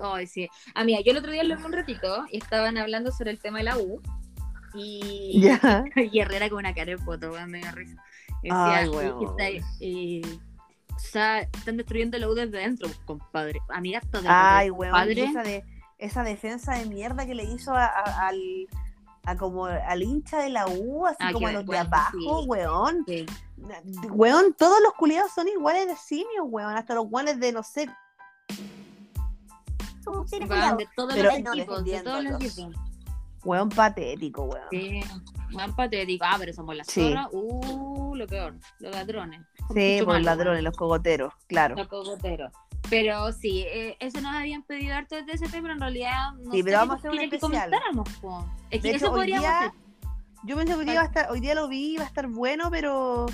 Speaker 2: Ay, sí. Amiga, yo el otro día lo vi un ratito y estaban hablando sobre el tema de la U. Y,
Speaker 1: Ya.
Speaker 2: Y Herrera con una cara de poto, weón, me dio risa. Y Decía,
Speaker 1: Ay,
Speaker 2: y-
Speaker 1: weón.
Speaker 2: y está- y- o sea, están destruyendo la U desde dentro, compadre. Amiga, hasta de
Speaker 1: Ay,
Speaker 2: dentro,
Speaker 1: weón, y
Speaker 2: compadre.
Speaker 1: esa, de- esa defensa de mierda que le hizo a- a- al, a como al hincha de la U, así
Speaker 2: Ah,
Speaker 1: como
Speaker 2: qué
Speaker 1: a los de
Speaker 2: vergüenza,
Speaker 1: abajo,
Speaker 2: sí.
Speaker 1: weón.
Speaker 2: Sí.
Speaker 1: Weón, todos los culiados son iguales de simios, weón, hasta los guanes de no sé.
Speaker 3: Son seres
Speaker 2: Van
Speaker 3: culiados.
Speaker 2: de todos
Speaker 1: Pero-
Speaker 2: los equipos, de todos los
Speaker 1: defendiéndolos.
Speaker 2: equipos.
Speaker 1: Weón patético, weón. Sí,
Speaker 2: Sí, weón patético. Ah, pero somos las
Speaker 1: Sí.
Speaker 2: zorras. Uh, lo peor, los ladrones. Mucho
Speaker 1: por
Speaker 2: malo,
Speaker 1: ladrones, los cogoteros, claro.
Speaker 2: weón, Los cogoteros. Pero sí, eh, eso nos habían pedido harto de ese pero en realidad no
Speaker 1: Sí, pero
Speaker 2: sé qué
Speaker 1: vamos a hacer un
Speaker 2: quiere que
Speaker 1: especial.
Speaker 2: comentáramos, po. Es que
Speaker 1: De hecho,
Speaker 2: eso
Speaker 1: hoy
Speaker 2: podríamos
Speaker 1: día-
Speaker 2: hacer.
Speaker 1: Yo pensé que hoy día,
Speaker 2: Ay.
Speaker 1: iba a estar, hoy día lo vi, iba a estar bueno, pero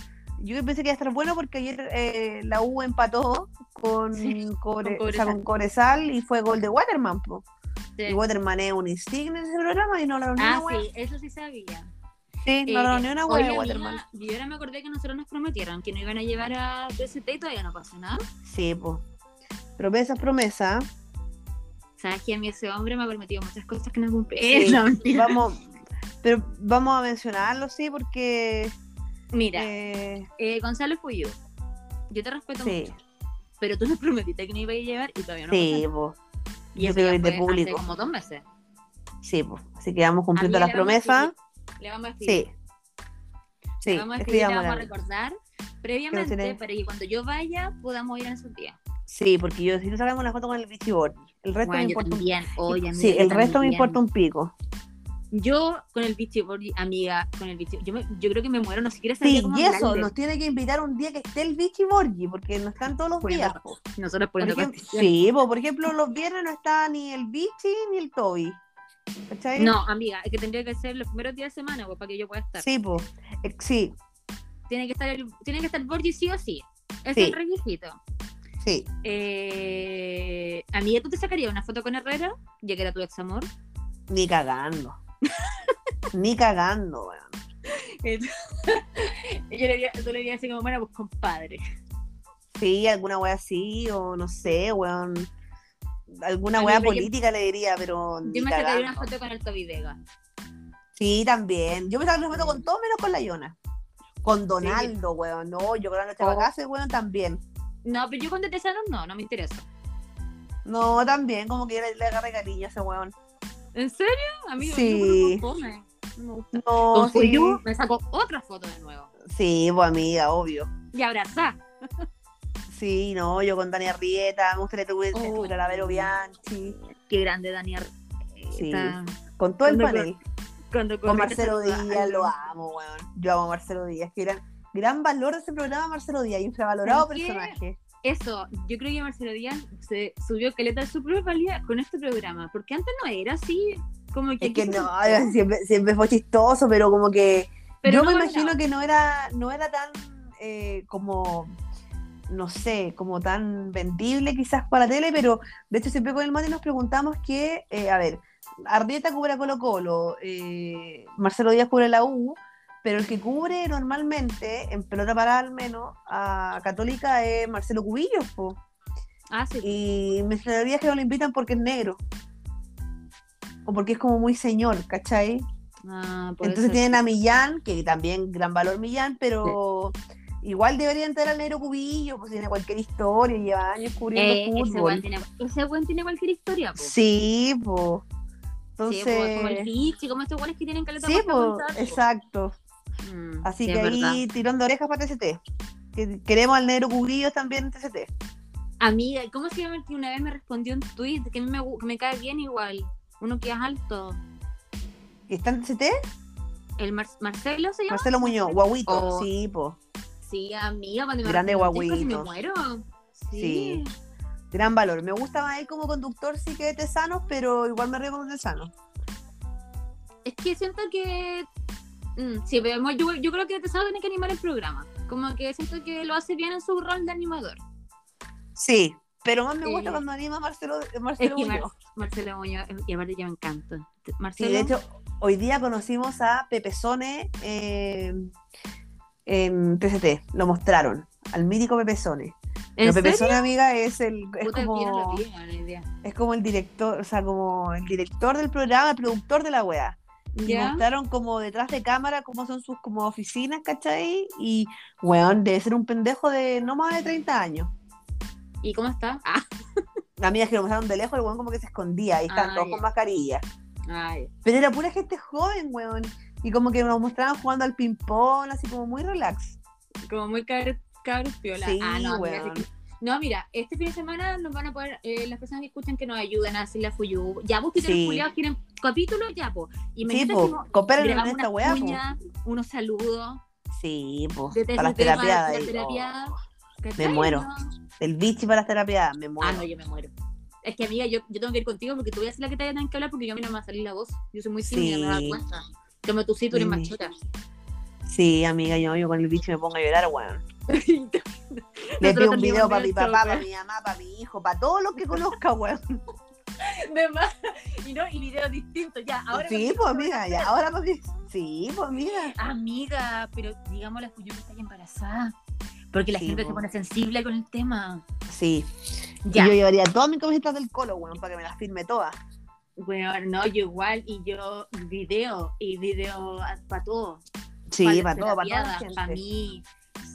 Speaker 1: yo pensé que iba a estar bueno porque ayer eh, la U empató con,
Speaker 2: Sí,
Speaker 1: Cobre-
Speaker 2: con
Speaker 1: o sea,
Speaker 2: Cobresal.
Speaker 1: con Cobresal y fue gol de Waterman, po.
Speaker 2: Sí.
Speaker 1: Y Waterman es un insignia en ese programa y no lo
Speaker 2: Ah,
Speaker 1: una wea.
Speaker 2: sí, eso sí sabía.
Speaker 1: Sí, no
Speaker 2: Eh,
Speaker 1: no, ni una
Speaker 2: Oye,
Speaker 1: hueá de
Speaker 2: amiga,
Speaker 1: Waterman.
Speaker 2: Yo ahora me acordé que nosotros nos prometieron que nos iban a llevar a PST y todavía no pasa nada.
Speaker 1: Sí, pues. Promesa, promesa.
Speaker 2: Sabes que a mí ese hombre me ha prometido muchas cosas que no cumplí.
Speaker 1: Sí.
Speaker 2: Eh, no, mentira.
Speaker 1: Vamos, pero vamos a mencionarlo, sí, porque
Speaker 2: Mira,
Speaker 1: eh,
Speaker 2: eh, Gonzalo Fuyu, yo te respeto
Speaker 1: Sí.
Speaker 2: mucho, pero tú nos prometiste que nos ibas a llevar y todavía no pasa
Speaker 1: sí,
Speaker 2: nada.
Speaker 1: po.
Speaker 2: Y
Speaker 1: yo
Speaker 2: eso
Speaker 1: creo
Speaker 2: ya
Speaker 1: que es de
Speaker 2: fue
Speaker 1: público.
Speaker 2: Hace como dos meses.
Speaker 1: Sí, pues. Así que vamos cumpliendo
Speaker 2: Amiga,
Speaker 1: las
Speaker 2: le vamos a
Speaker 1: promesas.
Speaker 2: escribir, Le vamos a escribir.
Speaker 1: Sí. Sí,
Speaker 2: le vamos a escribir, le vamos a
Speaker 1: escribámosla.
Speaker 2: recordar previamente
Speaker 1: tiene-
Speaker 2: para que cuando yo vaya podamos ir en esos días.
Speaker 1: Sí, porque yo si no sacamos una foto con el bichibor, el resto me
Speaker 2: Bueno, yo
Speaker 1: importa un
Speaker 2: también, oye, amiga,
Speaker 1: Sí,
Speaker 2: yo
Speaker 1: el resto me
Speaker 2: también.
Speaker 1: importa un pico.
Speaker 2: Yo con el beach body, amiga, con el beach yo, me- yo creo que me muero, no siquiera sabía
Speaker 1: Sí,
Speaker 2: cómo
Speaker 1: y eso,
Speaker 2: hablarle.
Speaker 1: nos tiene que invitar un día que esté el Vichy Borgi, porque no están todos los
Speaker 2: Bueno,
Speaker 1: días.
Speaker 2: pues, no.
Speaker 1: po.
Speaker 2: Nosotros
Speaker 1: Por
Speaker 2: poniendo
Speaker 1: ejem-
Speaker 2: condiciones.
Speaker 1: sí, po, por ejemplo, los viernes no está ni el Vichy ni el Toby. ¿Cachai?
Speaker 2: No, amiga, es que tendría que ser los primeros días de semana, pues, para que yo pueda estar.
Speaker 1: Sí, po. Eh, Sí,
Speaker 2: Tiene que estar el, tiene que estar Borgi sí o sí. Ese
Speaker 1: Sí.
Speaker 2: es el requisito.
Speaker 1: sí.
Speaker 2: Eh, amiga, ¿tú te sacarías una foto con Herrera? Ya que era tu ex amor.
Speaker 1: Ni cagando. ni cagando, weón.
Speaker 2: Eh, yo le diría, tú le dirías así como, bueno, pues compadre.
Speaker 1: Sí, alguna wea así, o no sé, weón. Alguna
Speaker 2: Amiga,
Speaker 1: wea
Speaker 2: pero yo-
Speaker 1: política le diría, pero. ni
Speaker 2: Yo me
Speaker 1: cagando.
Speaker 2: sacaría una foto con el Toby Vega.
Speaker 1: Sí, también. Yo me saco una foto con todo menos con la Iona. Con Donaldo, weón. No, yo con la
Speaker 2: Oh.
Speaker 1: Chavacase, weón, también.
Speaker 2: No, pero yo con Detesano no, no me interesa.
Speaker 1: No, también, como que le, le agarré cariño a ese weón.
Speaker 2: ¿En serio? Amigo,
Speaker 1: Sí.
Speaker 2: yo no come. No me gusta.
Speaker 1: No,
Speaker 2: Con
Speaker 1: sí.
Speaker 2: Fuyú me sacó otra foto de nuevo.
Speaker 1: Sí, pues amiga, obvio.
Speaker 2: Y abrazá.
Speaker 1: Sí, no, yo con Dani Arrieta, me gustaría que tuve-
Speaker 2: Oh.
Speaker 1: estuviera la Vero Bianchi,
Speaker 2: Qué grande Daniel.
Speaker 1: Sí. con todo el
Speaker 2: Con-
Speaker 1: panel.
Speaker 2: Cuando
Speaker 1: Con
Speaker 2: corre-
Speaker 1: Marcelo
Speaker 2: saluda.
Speaker 1: Díaz, lo amo, weón. Yo amo a Marcelo Díaz, que era gran valor de ese programa, Marcelo Díaz, infravalorado
Speaker 2: ¿Sabes qué?
Speaker 1: personaje.
Speaker 2: Eso, yo creo que Marcelo Díaz se subió caleta de su propia valía con este programa. Porque antes no era así. Como que.
Speaker 1: Es que
Speaker 2: aquí se-
Speaker 1: no, siempre, siempre fue chistoso, pero como que
Speaker 2: pero
Speaker 1: yo
Speaker 2: no
Speaker 1: me
Speaker 2: valoraba.
Speaker 1: imagino que no era, no era tan eh, como, no sé, como tan vendible quizás para la tele, pero de hecho siempre con el Mati nos preguntamos que, eh, a ver, Arrieta cubre a Colo Colo, eh, Marcelo Díaz cubre la U, pero el que cubre normalmente, en pelota parada al menos, a Católica es Marcelo Cubillos, po.
Speaker 2: Ah, sí.
Speaker 1: y me extrañaría que no lo invitan porque es negro. O porque es como muy señor, ¿cachai?
Speaker 2: Ah, por
Speaker 1: Entonces
Speaker 2: eso.
Speaker 1: tienen a Millán, que también gran valor Millán, pero igual debería entrar al negro cubillo, pues tiene cualquier historia, lleva años cubriendo
Speaker 2: Eh, ese
Speaker 1: fútbol.
Speaker 2: buen tiene, ese buen tiene cualquier historia, po.
Speaker 1: Sí, pues.
Speaker 2: Sí, po, como el
Speaker 1: Entonces.
Speaker 2: Pichi, como estos guanes que tienen caleta
Speaker 1: Sí,
Speaker 2: más que
Speaker 1: pues,
Speaker 2: contar, po.
Speaker 1: exacto.
Speaker 2: Mm,
Speaker 1: Así
Speaker 2: sí,
Speaker 1: que
Speaker 2: es verdad.
Speaker 1: ahí tirón de orejas para TCT. Que Queremos al negro cubillo también en TCT.
Speaker 2: Amiga, ¿cómo se llama el que una vez me respondió un tweet que a mí me, gu- me cae bien igual? Uno que es alto.
Speaker 1: ¿Y ¿Está en TCT?
Speaker 2: ¿El Mar- Marcelo se llama?
Speaker 1: Marcelo Muñoz, guaguito.
Speaker 2: Oh.
Speaker 1: Sí, pues.
Speaker 2: Sí, amiga, cuando me
Speaker 1: Grande
Speaker 2: respondió, casi
Speaker 1: guagüito.
Speaker 2: me muero. Sí.
Speaker 1: Gran valor. Me gusta más él como conductor, sí que de Tesanos, pero igual me río con Tesanos.
Speaker 2: Es que siento que. mm, sí, pero mo- yo, yo creo que Tesado tiene que animar el programa. Como que siento que lo hace bien en su rol de animador.
Speaker 1: Sí, pero más me gusta
Speaker 2: Sí.
Speaker 1: cuando anima Marcelo,
Speaker 2: Es
Speaker 1: Marcelo
Speaker 2: que Mar-
Speaker 1: Muñoz.
Speaker 2: Marcelo Muñoz, eh, y aparte yo me encanta.
Speaker 1: Sí,
Speaker 2: Marcelo,
Speaker 1: de hecho, hoy día conocimos a Pepe Sone eh, en TCT, lo mostraron, al mítico Pepe Sone.
Speaker 2: ¿en
Speaker 1: Pero Pepe
Speaker 2: serio?
Speaker 1: Sone, amiga, es el es
Speaker 2: Puta, yo no lo
Speaker 1: como,
Speaker 2: vi, no tengo idea.
Speaker 1: es como el director, o sea, como el director del programa, el productor de la wea. Y
Speaker 2: ¿Ya?
Speaker 1: mostraron como detrás de cámara cómo son sus como oficinas, ¿cachai? Y, weón, debe ser un pendejo de no más de 30 años.
Speaker 2: ¿Y cómo está? Ah,
Speaker 1: La mía es que lo mostraron de lejos, el weón como que se escondía, y están
Speaker 2: Ah,
Speaker 1: todos
Speaker 2: ya.
Speaker 1: con mascarilla.
Speaker 2: ay.
Speaker 1: Pero era pura gente joven, weón. Y como que nos mostraban jugando al ping-pong, así como muy relax.
Speaker 2: como muy cabros, cabros piola.
Speaker 1: Sí,
Speaker 2: ah, no, amiga,
Speaker 1: weón.
Speaker 2: así que- no, mira, este fin de semana nos van a poder, eh, las personas que escuchan que nos ayuden a hacer la fuyu. Ya vos que
Speaker 1: Sí.
Speaker 2: los culiados quieren capítulos, ya po. Y me
Speaker 1: Sí,
Speaker 2: dices
Speaker 1: po, cooperen en esta weá, po.
Speaker 2: cuña, unos saludos,
Speaker 1: Sí, po,
Speaker 2: de
Speaker 1: para las
Speaker 2: de- de- de-
Speaker 1: terapiadas.
Speaker 2: de- de-
Speaker 1: ahí.
Speaker 2: de- terapiadas, ¿cachai?
Speaker 1: me muero.
Speaker 2: No.
Speaker 1: Oh, el bichi para las terapiadas, me
Speaker 2: Ah,
Speaker 1: muero.
Speaker 2: no, yo me muero. Es que amiga, yo, yo tengo que ir contigo porque tú voy a ser la que te tengan que hablar porque yo a mí no me va a salir la voz. Yo soy muy
Speaker 1: Sí.
Speaker 2: tímida, me da cuenta. Como tú sí, tú eres
Speaker 1: Sí.
Speaker 2: más chota.
Speaker 1: Sí, amiga, yo, yo con el bichi me pongo a llorar, weón. Le
Speaker 2: Nosotros
Speaker 1: pido un
Speaker 2: también
Speaker 1: video
Speaker 2: vamos a
Speaker 1: para mi
Speaker 2: llorar,
Speaker 1: papá,
Speaker 2: weón.
Speaker 1: para mi mamá, para mi hijo, para todos los que conozca, weón.
Speaker 2: De más. Y no, y videos distintos. Ya, ahora me
Speaker 1: sí,
Speaker 2: fijo
Speaker 1: pues,
Speaker 2: que voy a
Speaker 1: amiga, ya, ahora para mí. Sí, pues mira.
Speaker 2: Amiga, pero pues, digamos la Fuyuki está embarazada. Porque la
Speaker 1: Sí,
Speaker 2: gente
Speaker 1: po.
Speaker 2: se pone sensible con el tema.
Speaker 1: Sí.
Speaker 2: Ya.
Speaker 1: Y yo llevaría todas mis camisetas del colo, weón, para que me las firme todas.
Speaker 2: Bueno, no, yo igual, y yo video, y video para todo.
Speaker 1: Sí,
Speaker 2: la
Speaker 1: para todo, para toda la
Speaker 2: terapiada,
Speaker 1: gente.
Speaker 2: pa' mí,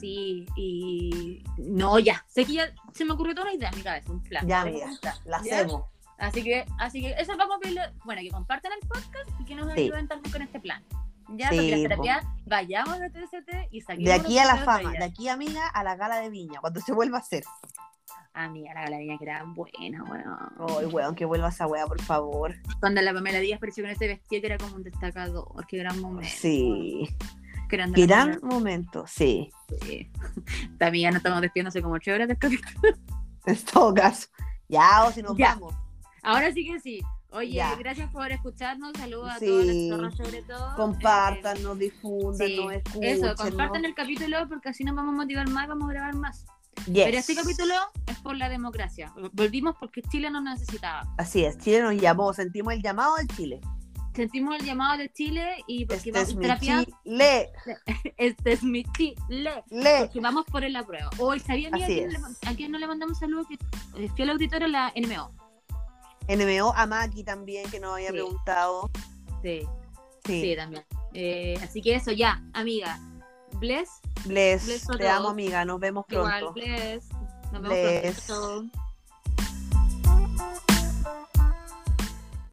Speaker 2: sí, y no, ya. Sé que ya se me ocurrió toda una idea en mi cabeza, un plan.
Speaker 1: Ya,
Speaker 2: Pero-
Speaker 1: amiga, la
Speaker 2: ¿Ya?
Speaker 1: hacemos.
Speaker 2: Así que, así que eso vamos a pedirle, bueno, que compartan el podcast y que nos
Speaker 1: Sí.
Speaker 2: ayuden también con este plan. Ya,
Speaker 1: Sí,
Speaker 2: porque la
Speaker 1: po.
Speaker 2: terapia, vayamos de TCT y saquemos.
Speaker 1: De aquí a
Speaker 2: nuestras
Speaker 1: la fama,
Speaker 2: teorías.
Speaker 1: de aquí, amiga, a la gala de viña, cuando se vuelva a hacer.
Speaker 2: Amiga, la galería que era buena, weón.
Speaker 1: Ay, weón, que vuelva esa weá, por favor.
Speaker 2: Cuando la Pamela Díaz apareció con ese vestido que era como un destacador, qué gran momento.
Speaker 1: Sí.
Speaker 2: Qué grande la
Speaker 1: Gran momento, sí.
Speaker 2: Pamela Díaz. También ya nos estamos despidiendo hace como 8 horas del capítulo.
Speaker 1: En todo caso. Ya, o si nos
Speaker 2: Ya.
Speaker 1: vamos.
Speaker 2: Ahora sí que sí. Oye,
Speaker 1: Ya.
Speaker 2: gracias por escucharnos. Saludos a
Speaker 1: Sí.
Speaker 2: todos los zorros sobre todo. Eh,
Speaker 1: Compártanos, difundan,
Speaker 2: sí.
Speaker 1: nos escuchen.
Speaker 2: Eso, compartan el capítulo porque así nos vamos a motivar más, vamos a grabar más. Pero este capítulo es por la democracia. Volvimos porque Chile nos necesitaba.
Speaker 1: Así es, Chile nos llamó, sentimos el llamado de Chile.
Speaker 2: Sentimos el llamado de Chile y porque
Speaker 1: Este
Speaker 2: vamos
Speaker 1: es
Speaker 2: a
Speaker 1: mi
Speaker 2: terapia.
Speaker 1: Chile.
Speaker 2: Este es mi Chile.
Speaker 1: Le.
Speaker 2: Que vamos por el apruebo. Hoy, ¿sabía mira,
Speaker 1: Así
Speaker 2: quién
Speaker 1: es.
Speaker 2: le- a quién no le mandamos saludos? Que eh, fiel auditor a la NMO.
Speaker 1: NMO a Maki también, que nos había
Speaker 2: Sí.
Speaker 1: preguntado.
Speaker 2: Sí, sí,
Speaker 1: Sí.
Speaker 2: también. Eh, así que eso, ya, amiga. Bless.
Speaker 1: Les,
Speaker 2: Bless a
Speaker 1: te amo,
Speaker 2: todos.
Speaker 1: amiga. Nos vemos pronto.
Speaker 2: Igual, bless. Nos vemos
Speaker 1: Bless.
Speaker 2: pronto.